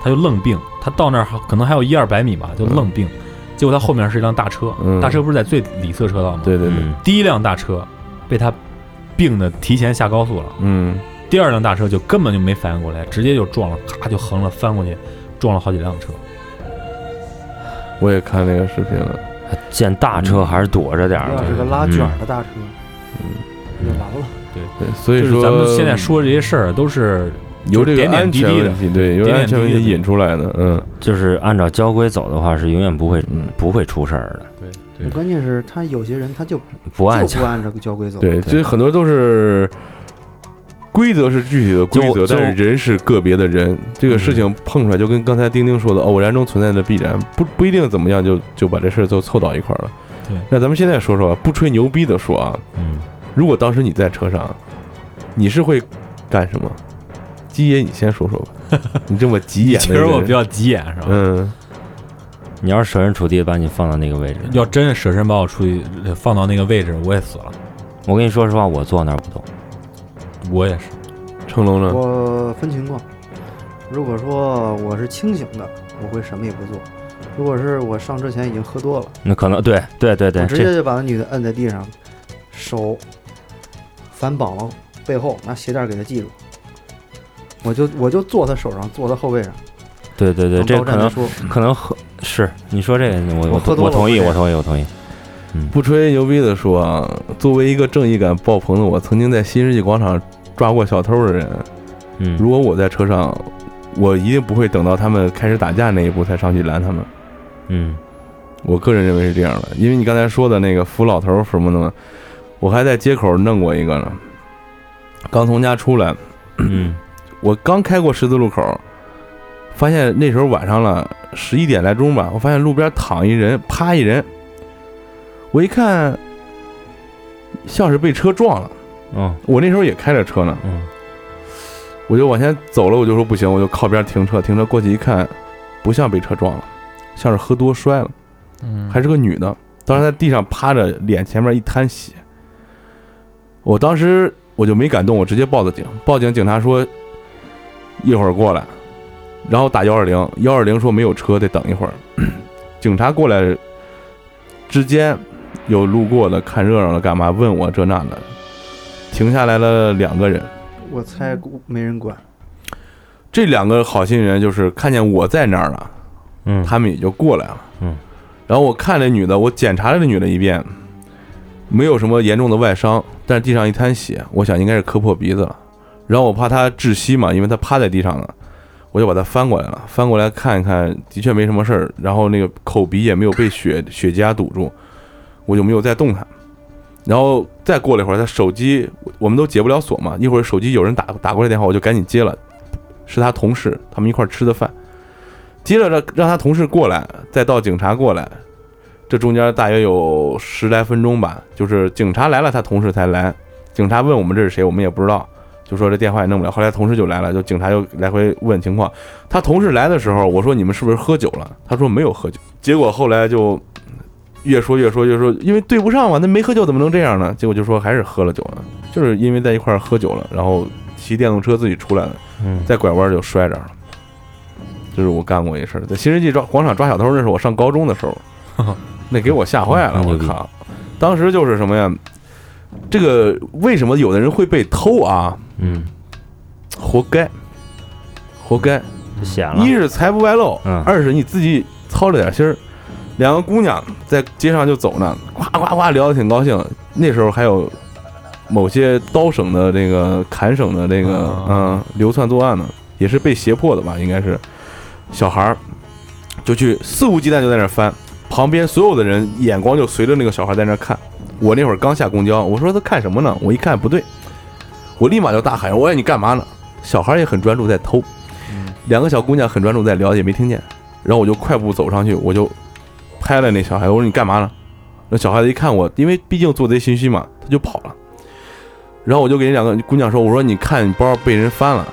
Speaker 3: 他就愣并，他到那儿可能还有一二百米吧，就愣并。嗯结果他后面是一辆大车，
Speaker 2: 嗯
Speaker 3: 大车不是在最里侧车道吗？，
Speaker 2: 对对对，
Speaker 4: 嗯，
Speaker 3: 第一辆大车被他并的提前下高速了，
Speaker 2: 嗯，
Speaker 3: 第二辆大车就根本就没反应过来，直接就撞了，咔就横了翻过去，撞了好几辆车。
Speaker 2: 我也看那个视频了，
Speaker 4: 见大车还是躲着点儿
Speaker 5: 嗯啊
Speaker 4: 嗯
Speaker 5: 要是个
Speaker 4: 吧。
Speaker 5: 拉卷儿的大车，也完了。
Speaker 4: 嗯
Speaker 2: 对，所以
Speaker 3: 就是
Speaker 2: 说
Speaker 3: 咱们现在说这些事儿都是
Speaker 2: 由这
Speaker 3: 就是
Speaker 2: 个
Speaker 3: 点点
Speaker 2: 安
Speaker 3: 滴
Speaker 2: 全
Speaker 3: 滴
Speaker 2: 问题，对，由
Speaker 3: 点点
Speaker 2: 安全问
Speaker 3: 滴滴
Speaker 2: 题
Speaker 3: 的
Speaker 2: 引出来的，嗯，
Speaker 4: 就是按照交规走的话，是永远不会
Speaker 2: 嗯
Speaker 4: 不会出事儿的，
Speaker 2: 对
Speaker 3: [laughs]
Speaker 5: 关键是他有些人他就
Speaker 4: 不按
Speaker 5: 就
Speaker 4: 交
Speaker 5: 不按这个交规走，
Speaker 2: 对，其实很多都是规则是具体的规则，
Speaker 4: 就
Speaker 2: 但是人是个别的人，这个事情碰出来就跟刚才丁丁说的，哦偶然中存在的必然，不不一定怎么样就就把这事儿都凑到一块儿了。
Speaker 3: 对
Speaker 2: 那咱们现在说说，啊不吹牛逼的说啊，
Speaker 4: 嗯，
Speaker 2: 如果当时你在车上，啊你是会干什么？鸡爷，你先说说吧，你这么急眼
Speaker 3: 其
Speaker 2: 的一个
Speaker 3: 实
Speaker 2: 人，
Speaker 3: 我比较急眼，是吧？
Speaker 2: 嗯
Speaker 4: 你要是设身处地把你放到那个位置，
Speaker 3: 要真是舍身把我出去呃放到那个位置，我也死了。
Speaker 4: 我跟你说实话，我坐那儿不动。
Speaker 3: 我也是，
Speaker 2: 成龙
Speaker 4: 嗯
Speaker 2: 呢？
Speaker 5: 我分情况，如果说我是清醒的，我会什么也不做；如果是我上车前已经喝多了，
Speaker 4: 那可能对对对对，
Speaker 5: 我直接
Speaker 4: 哎这
Speaker 5: 就把那女的摁在地上，手反绑了背后，拿鞋带给她系住，我就我就坐她手上，坐她后背上，
Speaker 4: 对对对，
Speaker 5: 等
Speaker 4: 这
Speaker 5: 到
Speaker 4: 可
Speaker 5: 站再
Speaker 4: 能
Speaker 5: 说。
Speaker 4: 可能和是你说这个，我
Speaker 5: 我喝多
Speaker 4: 我
Speaker 5: 了
Speaker 4: 同意，
Speaker 5: 我
Speaker 4: 我
Speaker 5: 会
Speaker 4: 同意，我同意。
Speaker 2: 不吹牛逼的说啊，作为一个正义感爆棚的我，曾经在新世纪广场抓过小偷的人。
Speaker 4: 嗯，
Speaker 2: 如果我在车上，我一定不会等到他们开始打架那一步才上去拦他们。
Speaker 4: 嗯
Speaker 2: 我个人认为是这样的，因为你刚才说的那个扶老头儿什么的嘛，我还在街口弄过一个呢。刚从家出来，
Speaker 5: [laughs]
Speaker 4: 嗯
Speaker 2: 我刚开过十字路口，发现那时候晚上了，十一点来钟吧，我发现路边躺一人，趴一人，我一看，像是被车撞了。
Speaker 4: 嗯
Speaker 2: 我那时候也开着车呢，
Speaker 4: 嗯
Speaker 2: 我就往前走了，我就说不行，我就靠边停车，停车过去一看，不像被车撞了，像是喝多摔了，
Speaker 3: 嗯
Speaker 2: 还是个女的，当时在地上趴着，脸前面一滩血。我当时我就没敢动，我直接报的警，报警警察说一会儿过来，然后打幺二零，幺二零说没有车，得等一会儿。警察过来之间有路过的看热闹的干嘛问我这那的，停下来了两个人。
Speaker 5: 我猜没人管，
Speaker 2: 这两个好心人就是看见我在那儿了，
Speaker 4: 嗯，
Speaker 2: 他们也就过来了。
Speaker 4: 嗯，
Speaker 2: 然后我看这女的，我检查了这女的一遍，没有什么严重的外伤，但是地上一滩血，我想应该是磕破鼻子了。然后我怕她窒息嘛，因为她趴在地上了，我就把她翻过来了，翻过来看一看，的确没什么事儿。然后那个口鼻也没有被血 [laughs] 血痂堵住，我就没有再动她。然后再过了一会儿，她手机我们都解不了锁嘛，一会儿手机有人打打过来电话，我就赶紧接了，是她同事，他们一块儿吃的饭。接着让让他同事过来，再到警察过来，这中间大约有十来分钟吧。就是警察来了，他同事才来。警察问我们这是谁，我们也不知道，就说这电话也弄不了。后来同事就来了，就警察又来回问情况。他同事来的时候，我说你们是不是喝酒了？他说没有喝酒。结果后来就越说越说越说，因为对不上嘛，那没喝酒怎么能这样呢？结果就说还是喝了酒了，就是因为在一块儿喝酒了，然后骑电动车自己出来的。
Speaker 4: 嗯
Speaker 2: 在拐弯就摔着了。这是我干过一事儿，在新世纪抓广场抓小偷，那是我上高中的时
Speaker 4: [laughs]
Speaker 2: 候，那给我吓坏了，我靠！当时就是什么呀？这个为什么有的人会被偷啊？
Speaker 4: 嗯，
Speaker 2: 活该，活该！
Speaker 4: 就显了
Speaker 2: 一，是财不外露，
Speaker 4: 嗯
Speaker 2: 二是你自己操着点心儿。两个姑娘在街上就走呢，呱呱呱聊得挺高兴。那时候还有某些刀省的这个砍省的这个
Speaker 3: 啊
Speaker 2: 嗯流窜作案呢，也是被胁迫的吧，应该是小孩儿就去肆无忌惮就在那儿翻，旁边所有的人眼光就随着那个小孩在那儿看。我那会儿刚下公交，我说他看什么呢？我一看不对，我立马就大喊：“我说你干嘛呢？”小孩儿也很专注在偷，两个小姑娘很专注在聊，也没听见。然后我就快步走上去，我就拍了那小孩，我说你干嘛呢？那小孩子一看我，因为毕竟做贼心虚嘛，他就跑了。然后我就给人两个姑娘说：“我说你看你包被人翻了，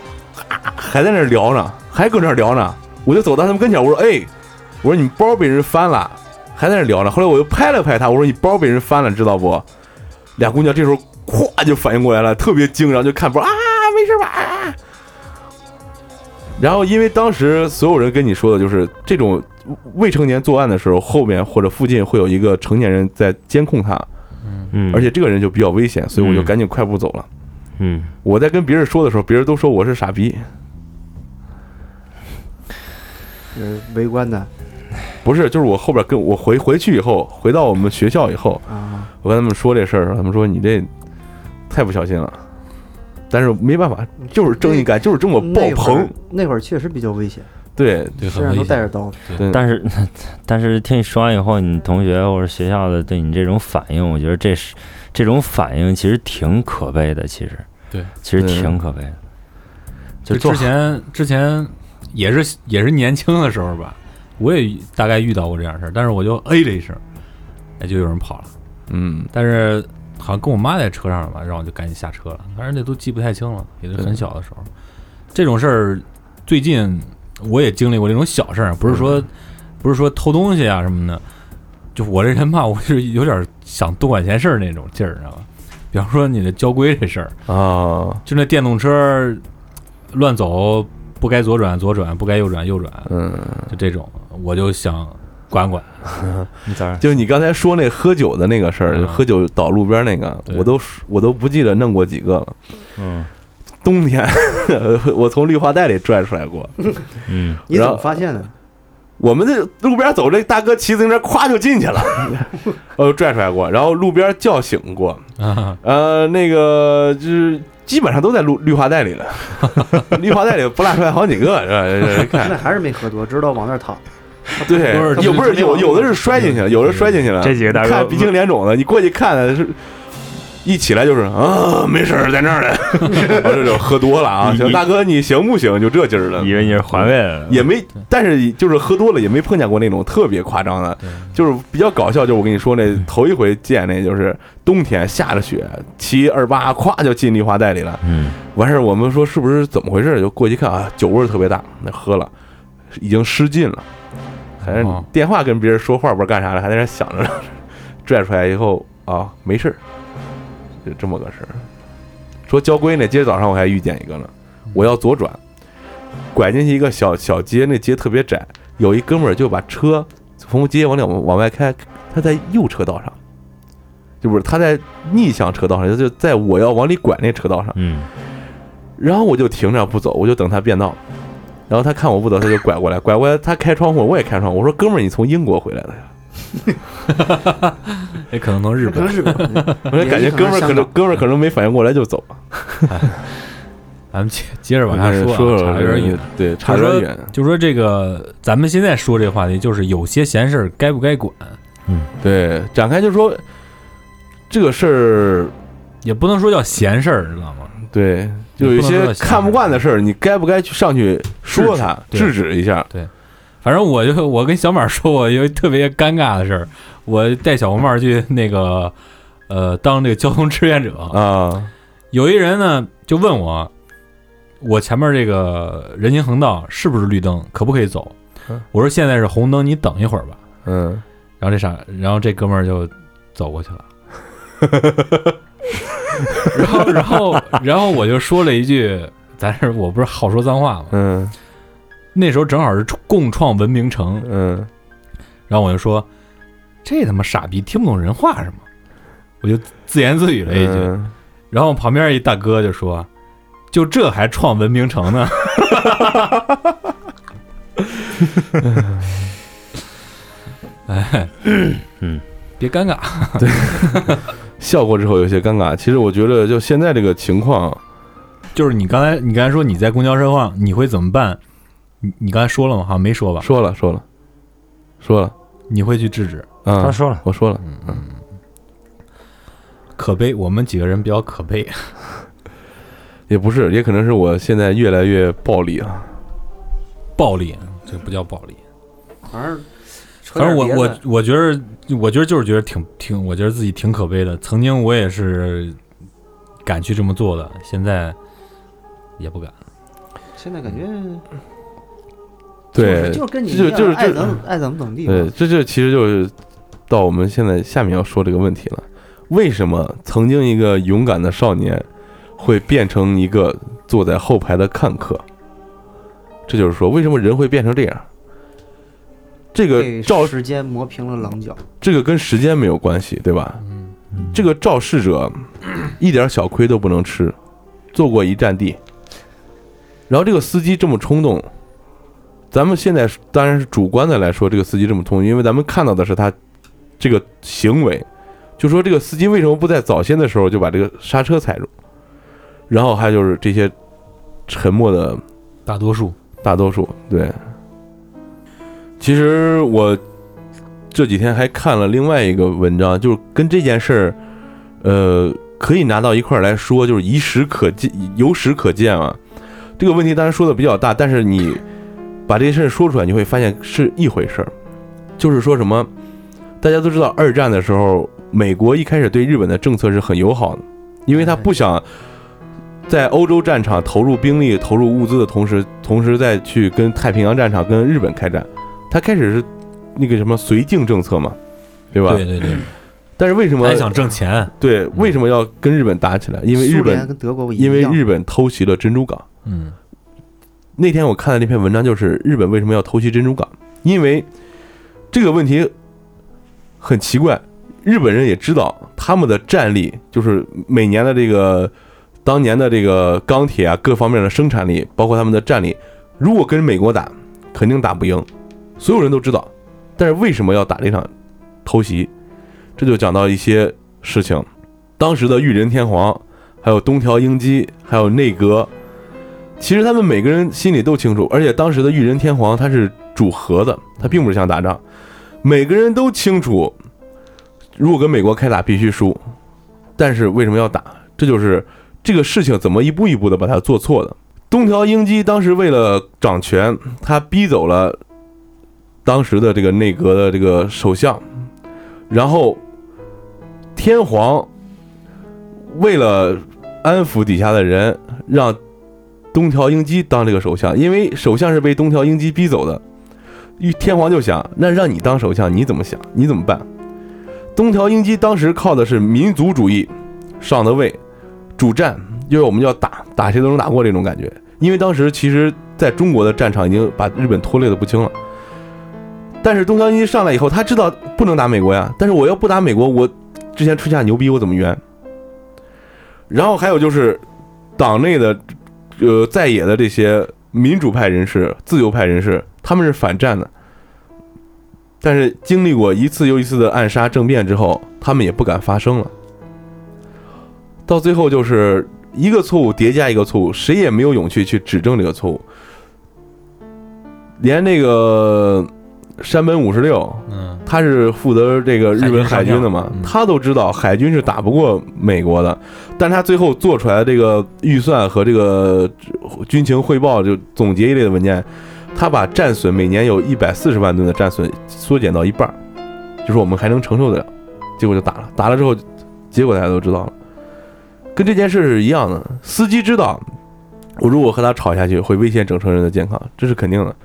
Speaker 2: 还在那儿聊呢，还搁那儿聊呢。”我就走到他们跟前，我说：“哎，我说你包被人翻了，还在那儿聊呢。”后来我又拍了拍他，我说：“你包被人翻了，知道不？”俩姑娘这时候咵就反应过来了，特别惊，然后就看包啊，没事吧？啊。然后因为当时所有人跟你说的就是这种未成年作案的时候，后面或者附近会有一个成年人在监控他，
Speaker 4: 嗯，
Speaker 2: 而且这个人就比较危险，所以我就
Speaker 4: 嗯
Speaker 2: 赶紧快步走了。
Speaker 4: 嗯，
Speaker 2: 我在跟别人说的时候，别人都说我是傻逼，
Speaker 5: 呃，围观的
Speaker 2: 不是，就是我后边跟我回回去以后，回到我们学校以后，
Speaker 5: 啊，
Speaker 2: 我跟他们说这事儿的时候，他们说你这太不小心了。但是没办法，就是正义感，就是这么爆
Speaker 5: 那会
Speaker 2: 棚
Speaker 5: 儿。那会儿确实比较危险，
Speaker 2: 对，
Speaker 3: 对，
Speaker 5: 身
Speaker 3: 很
Speaker 5: 上
Speaker 3: 危
Speaker 5: 都带
Speaker 3: 险。
Speaker 5: 着刀，
Speaker 4: 但是 [laughs] 但是听你说完以后，你同学或者学校的对你这种反应，我觉得这是这种反应其实挺可悲的，其实
Speaker 3: 对，
Speaker 4: 其实
Speaker 2: 嗯
Speaker 4: 挺可悲的。
Speaker 3: 就
Speaker 2: 做
Speaker 3: 之前之前也是也是年轻的时候吧，我也大概遇到过这样的事儿，但是我就哎了一声，哎，就有人跑了。
Speaker 2: 嗯，
Speaker 3: 但是好像跟我妈在车上了吧，让我就赶紧下车了。当然那都记不太清了，也是很小的时候。这种事儿最近我也经历过这种小事儿，不是说、不是说偷东西啊什么的。就我这人吧，我是有点想多管闲事儿那种劲儿，知道吧？比方说你的交规这事儿，
Speaker 2: 啊，
Speaker 3: 就那电动车乱走，不该左转左转，不该右转右转，
Speaker 2: 嗯，
Speaker 3: 就这种，我就想管 [laughs] 管。
Speaker 4: 你咋
Speaker 2: 就是你刚才说那喝酒的那个事儿，
Speaker 3: 嗯
Speaker 2: 喝酒倒路边那个，
Speaker 3: 对
Speaker 2: 我都我都不记得弄过几个了。
Speaker 4: 嗯
Speaker 2: 冬天， [laughs] 我从绿化带里拽出来过。
Speaker 4: 嗯
Speaker 5: 你怎
Speaker 2: 然后
Speaker 5: 么
Speaker 2: 哎
Speaker 5: 发现的？
Speaker 2: 我们这路边走，这大哥骑自行车咵就进去了， [laughs] 呃，拽出来过，然后路边叫醒过，
Speaker 3: [laughs] 啊，
Speaker 2: 呃，那个就是基本上都在路绿化带里了， [laughs] 绿化带里不落出来好几个，是吧 [laughs] 这？这
Speaker 5: 那
Speaker 2: 看，
Speaker 5: 还是没喝多，知道往那儿躺。
Speaker 2: [laughs] 对，有不是有有的是摔进去了，有的摔进去了，
Speaker 4: 嗯这几个大哥
Speaker 2: 你看鼻青脸肿的，你过去看的是。一起来就是啊，没事儿，在那儿呢， [laughs]
Speaker 4: [laughs]
Speaker 2: 我这就喝多了啊。
Speaker 4: 你
Speaker 2: 行，大哥，你行不行？就这劲儿了。
Speaker 4: 以为你是环卫的，
Speaker 2: 也没，但是就是喝多了也没碰见过那种特别夸张的
Speaker 3: 对，
Speaker 2: 就是比较搞笑。就是我跟你说那头一回见，那就是冬天下着雪，骑二八咵就进绿化带里了。
Speaker 4: 嗯
Speaker 2: 完事儿我们说是不是怎么回事？就过去一看啊，酒味儿特别大，那喝了已经失禁了，还是
Speaker 3: 哦
Speaker 2: 电话跟别人说话不知道干啥了，还在那想着呢。 [laughs] 拽出来以后啊，没事儿，就这么个事儿。说交规呢，今儿早上我还遇见一个呢，我要左转，拐进去一个小小街，那街特别窄，有一哥们儿就把车从街往里往往外开，他在右车道上，就不是他在逆向车道上，就在我要往里拐那车道上。
Speaker 4: 嗯
Speaker 2: 然后我就停着不走，我就等他变道。然后他看我不走，他就拐过来，拐过来他开窗户，我也开窗户。我说：“哥们儿，你从英国回来的呀
Speaker 3: 也哎可能从日
Speaker 5: 可
Speaker 3: 本
Speaker 5: 能。日本，？”
Speaker 2: [laughs] 我说：“感觉哥们儿可能哥们儿可能没反应过来就走了。
Speaker 3: 咱们接接着”往下
Speaker 2: 说
Speaker 3: 说啊，
Speaker 2: 说
Speaker 3: 差有点远。，
Speaker 2: 对，差有点远。
Speaker 3: 就说这个，咱们现在说这个话题，就是有些闲事儿该不该管，
Speaker 2: 对，展开就说这个事儿，
Speaker 3: 也不能说叫闲事儿，知道吗？
Speaker 2: 对，就有一些看不惯的事儿，你该不该去上去说他，制
Speaker 3: 制
Speaker 2: 止一下？
Speaker 3: 反正我就我跟小马说过一个特别尴尬的事儿，我带小红帽去那个呃当这个交通志愿者，
Speaker 2: 啊
Speaker 3: 有一人呢就问我，我前面这个人行横道是不是绿灯，可不可以走
Speaker 2: 嗯？
Speaker 3: 我说现在是红灯，你等一会儿吧。
Speaker 2: 嗯，
Speaker 3: 然后这傻，然后这哥们儿就走过去了， [laughs] 然后然后然后我就说了一句，咱是我不是好说脏话吗？
Speaker 2: 嗯
Speaker 3: 那时候正好是共创文明城，
Speaker 2: 嗯
Speaker 3: 然后我就说，这他妈傻逼听不懂人话是吗？我就自言自语了一句，
Speaker 2: 嗯，
Speaker 3: 然后旁边一大哥就说，就这还创文明城呢？ [laughs] 哎，
Speaker 4: 嗯，
Speaker 3: 别尴尬，
Speaker 2: 笑过之后有些尴尬。其实我觉得，就现在这个情况，
Speaker 3: 就是你刚才你刚才说你在公交车上你会怎么办？你你刚才说了吗？好像没说吧？
Speaker 2: 说了说了说了
Speaker 3: 你会去制止，
Speaker 2: 啊
Speaker 4: 他，说了，
Speaker 2: 我说
Speaker 5: 嗯
Speaker 2: 了，
Speaker 3: 可悲，我们几个人比较可悲。
Speaker 2: 也不是，也可能是我现在越来越暴力啊。
Speaker 3: 暴力，这不叫暴力。
Speaker 5: 反正扯
Speaker 3: 反正
Speaker 5: 点
Speaker 3: 我
Speaker 5: 别的
Speaker 3: 我我觉得，我觉得就是觉得挺挺，我觉得自己挺可悲的。曾经我也是敢去这么做的，现在也不敢。
Speaker 5: 现在感觉
Speaker 2: 对，
Speaker 5: 就是跟你
Speaker 2: 就
Speaker 5: 一样
Speaker 2: 就是
Speaker 5: 爱
Speaker 2: 就
Speaker 5: 怎么爱怎么怎么地吧。
Speaker 2: 对，这就其实就是到我们现在下面要说这个问题了。为什么曾经一个勇敢的少年会变成一个坐在后排的看客？这就是说，为什么人会变成这样？这个
Speaker 5: 被
Speaker 2: 肇
Speaker 5: 时间磨平了棱角，
Speaker 2: 这个跟时间没有关系，对吧？这个肇事者一点小亏都不能吃，坐过一站地。然后这个司机这么冲动，咱们现在当然是主观的来说，这个司机这么冲动，因为咱们看到的是他这个行为，就说这个司机为什么不在早先的时候就把这个刹车踩住？然后还有就是这些沉默的
Speaker 3: 大多数
Speaker 2: 大多数对。其实我这几天还看了另外一个文章，就是跟这件事儿，呃，可以拿到一块儿来说，就是以史可见，有史可见啊。这个问题当然说的比较大，但是你把这些事儿说出来，你会发现是一回事儿。就是说什么，大家都知道，二战的时候，美国一开始对日本的政策是很友好的，因为他不想在欧洲战场投入兵力、投入物资的同时，同时再去跟太平洋战场跟日本开战。他开始是那个什么绥靖政策嘛，对吧？
Speaker 3: 对对对，
Speaker 2: 但是为什么
Speaker 3: 还想挣钱，
Speaker 2: 对为什么要跟日本打起来？因为日
Speaker 5: 苏联
Speaker 2: 本
Speaker 5: 跟德国不一
Speaker 2: 因为
Speaker 5: 样
Speaker 2: 日本偷袭了珍珠港。
Speaker 3: 嗯，
Speaker 2: 那天我看的那篇文章就是日本为什么要偷袭珍珠港，因为这个问题很奇怪，日本人也知道他们的战力就是每年的这个当年的这个钢铁啊各方面的生产力，包括他们的战力，如果跟美国打，肯定打不赢，所有人都知道，但是为什么要打这场偷袭？这就讲到一些事情，当时的裕仁天皇，还有东条英机，还有内阁，其实他们每个人心里都清楚，而且当时的裕仁天皇他是主和的，他并不是想打仗，每个人都清楚，如果跟美国开打必须输，但是为什么要打？这就是这个事情怎么一步一步的把它做错的。东条英机当时为了掌权，他逼走了当时的这个内阁的这个首相，然后天皇为了安抚底下的人，让东条英机当这个首相，因为首相是被东条英机逼走的。于天皇就想，那让你当首相，你怎么想？你怎么办？东条英机当时靠的是民族主义上的位，主战，因为我们要打，打谁都能打过这种感觉。因为当时其实在中国的战场已经把日本拖累的不轻了。但是东条英机上来以后，他知道不能打美国呀，但是我要不打美国，我之前吹下牛逼，我怎么圆？然后还有就是党内的呃在野的这些民主派人士、自由派人士，他们是反战的。但是经历过一次又一次的暗杀政变之后，他们也不敢发声了。到最后就是一个错误叠加一个错误，谁也没有勇气去指正这个错误。连那个山本五十六，
Speaker 3: 嗯，
Speaker 2: 他是负责这个日本海军的嘛
Speaker 3: 海军上将嗯，
Speaker 2: 他都知道海军是打不过美国的，但他最后做出来的这个预算和这个军情汇报就总结一类的文件，他把战损每年有一百四十万吨的战损缩减到一半儿，就是我们还能承受得了，结果就打了，打了之后结果大家都知道了，跟这件事是一样的，司机知道。我如果和他吵下去，会危险整车人的健康，这是肯定的。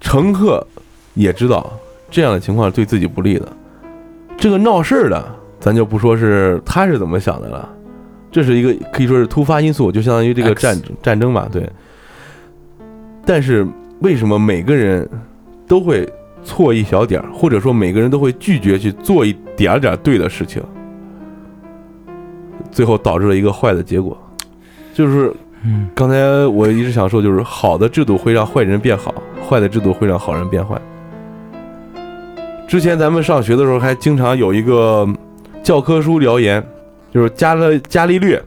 Speaker 2: 乘客也知道，这样的情况是对自己不利的。这个闹事儿的，咱就不说是他是怎么想的了，这是一个可以说是突发因素，就相当于这个
Speaker 3: X
Speaker 2: 战战争吧，对。但是为什么每个人都会错一小点儿，或者说每个人都会拒绝去做一点儿点儿对的事情，最后导致了一个坏的结果，就是
Speaker 4: 嗯，
Speaker 2: 刚才我一直想说，就是好的制度会让坏人变好，坏的制度会让好人变坏。之前咱们上学的时候，还经常有一个教科书谣言，就是伽利伽利略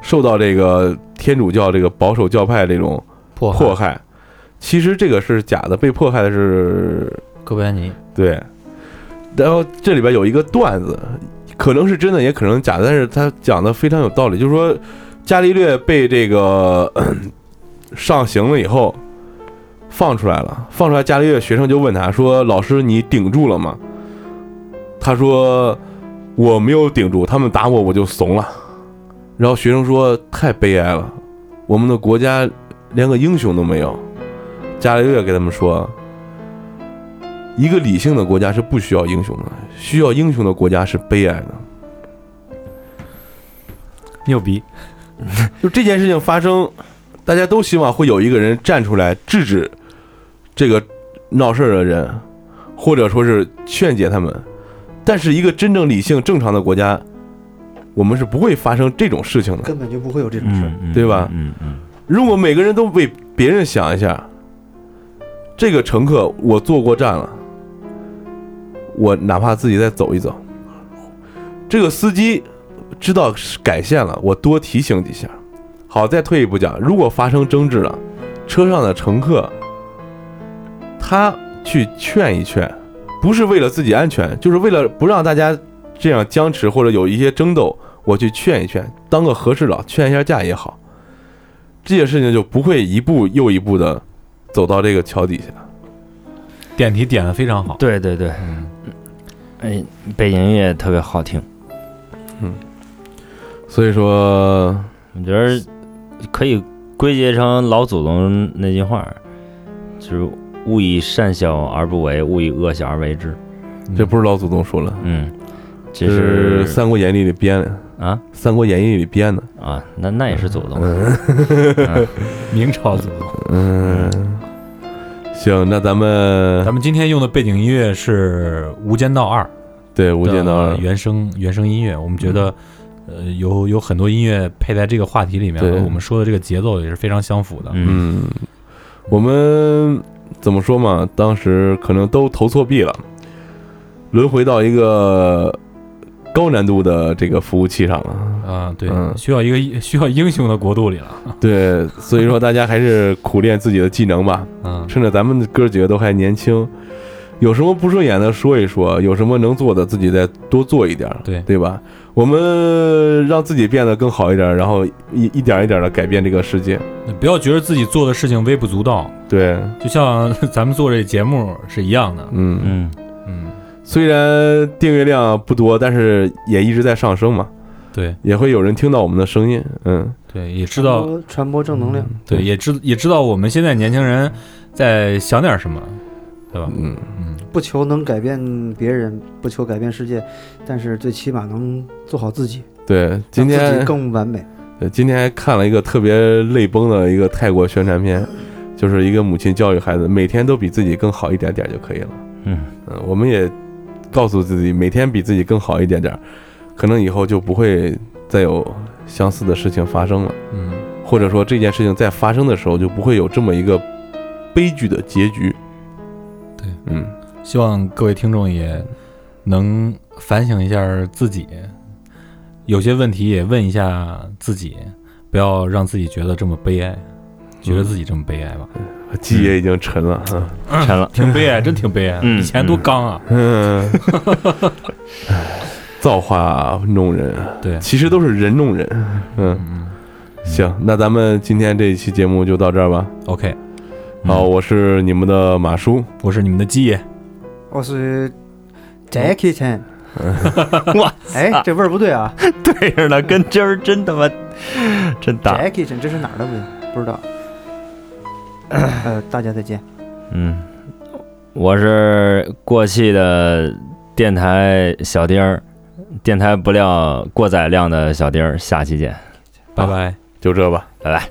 Speaker 2: 受到这个天主教这个保守教派这种
Speaker 6: 迫害
Speaker 2: 迫害。其实这个是假的，被迫害的是
Speaker 6: 哥白尼，
Speaker 2: 对。然后这里边有一个段子，可能是真的，也可能是假的，但是他讲的非常有道理，就是说伽利略被这个 [clears throat] 咳上刑了以后，放出来了，放出来，伽利略学生就问他说：“老师，你顶住了吗？”他说：“我没有顶住，他们打我，我就怂了。”然后学生说：“太悲哀了，我们的国家连个英雄都没有。”伽利略给他们说：“一个理性的国家是不需要英雄的，需要英雄的国家是悲哀的。
Speaker 3: 牛逼，
Speaker 2: 就这件事情发生，大家都希望会有一个人站出来制止这个闹事儿的人，或者说是劝解他们。但是一个真正理性正常的国家，我们是不会发生这种事情的。
Speaker 5: 根本就不会有这种事儿。
Speaker 4: 嗯
Speaker 2: 对吧
Speaker 4: 嗯嗯，
Speaker 2: 如果每个人都为别人想一下，这个乘客我坐过站了，我哪怕自己再走一走，这个司机知道是改线了，我多提醒几下。好，再退一步讲，如果发生争执了，车上的乘客他去劝一劝，不是为了自己安全，就是为了不让大家这样僵持或者有一些争斗，我去劝一劝，当个和事佬，劝一下架也好。这件事情就不会一步又一步的走到这个桥底下。
Speaker 3: 点题点的非常好。
Speaker 4: 对对对，哎，背景音乐特别好听，
Speaker 2: 所以说，
Speaker 4: 我觉得可以归结成老祖宗那句话，就是“勿以善小而不为，勿以恶小而为之
Speaker 2: 这不是老祖宗说了”。，
Speaker 4: 嗯，
Speaker 2: 这
Speaker 4: 这
Speaker 2: 是《
Speaker 4: 是
Speaker 2: 三国演义》里编的，《
Speaker 4: 啊
Speaker 2: 三国演义》里编的。
Speaker 4: 啊，那那也是祖宗。嗯
Speaker 3: 明朝祖宗。
Speaker 2: 嗯，行，那咱们
Speaker 3: 咱们今天用的背景音乐是《无间道二》的
Speaker 2: 对《无间道嗯二》
Speaker 3: 原声原声音乐，我们觉得。呃，有有很多音乐配在这个话题里面，
Speaker 2: 对
Speaker 3: 和我们说的这个节奏也是非常相符的。
Speaker 4: 嗯
Speaker 2: 嗯，我们怎么说嘛？当时可能都投错币了，轮回到一个高难度的这个服务器上了。
Speaker 3: 啊，对，
Speaker 2: 嗯
Speaker 3: 需要一个需要英雄的国度里了。
Speaker 2: 对，所以说大家还是苦练自己的技能吧。
Speaker 3: 嗯，
Speaker 2: 趁着咱们哥几个都还年轻，有什么不顺眼的说一说，有什么能做的自己再多做一点儿，
Speaker 3: 对
Speaker 2: 对吧？我们让自己变得更好一点儿，然后一一点儿一点的改变这个世界。
Speaker 3: 不要觉得自己做的事情微不足道，
Speaker 2: 对，
Speaker 3: 就像 [laughs] 咱们做这节目是一样的。
Speaker 2: 嗯，
Speaker 4: 嗯，
Speaker 3: 嗯，
Speaker 2: 虽然订阅量不多，但是也一直在上升嘛，
Speaker 3: 对
Speaker 2: 也会有人听到我们的声音。嗯，
Speaker 3: 对，也知道，
Speaker 5: 传播传播正能量，
Speaker 3: 对，也知也知道我们现在年轻人在想点什么，对吧？
Speaker 2: 嗯，
Speaker 3: 嗯，
Speaker 5: 不求能改变别人，不求改变世界，但是最起码能做好自己，
Speaker 2: 对，今
Speaker 5: 让自
Speaker 2: 天
Speaker 5: 己更完美。
Speaker 2: 对，今天还看了一个特别泪崩的一个泰国宣传片，就是一个母亲教育孩子，每天都比自己更好一点点就可以了。
Speaker 4: [laughs] 嗯
Speaker 2: 嗯，我们也告诉自己，每天比自己更好一点点，可能以后就不会再有相似的事情发生了，
Speaker 3: 嗯，
Speaker 2: 或者说这件事情在发生的时候就不会有这么一个悲剧的结局。
Speaker 3: 对，
Speaker 2: 嗯，
Speaker 3: 希望各位听众也能反省一下自己，有些问题也问一下自己，不要让自己觉得这么悲哀，觉得自己这么悲哀吧，
Speaker 2: 鸡也已经沉了。啊
Speaker 4: 嗯沉了。
Speaker 3: 挺悲哀，真挺悲哀。
Speaker 4: 嗯
Speaker 3: 以前多刚啊，
Speaker 2: 嗯， [laughs] 造化弄人，
Speaker 4: 嗯
Speaker 3: 对，
Speaker 2: 其实都是人弄人。嗯。
Speaker 3: 嗯
Speaker 2: 行，那咱们今天这一期节目就到这儿吧。
Speaker 3: 嗯，OK，
Speaker 2: 好，
Speaker 3: 嗯
Speaker 2: 我是你们的马叔，
Speaker 3: 我是你们的鸡爷。
Speaker 5: 我是 [laughs] Jackie [laughs] Chan。哎，这味儿不对啊
Speaker 4: 对着呢，哎跟今儿真他妈真打。
Speaker 5: ！Jackie Chan 这是哪儿的味？不知道。呃，大家再见。
Speaker 4: 嗯，我是过气的电台小丁儿，电台不料过载量的小丁儿，下期见，
Speaker 3: 拜拜。
Speaker 2: 就这吧。
Speaker 4: 拜拜。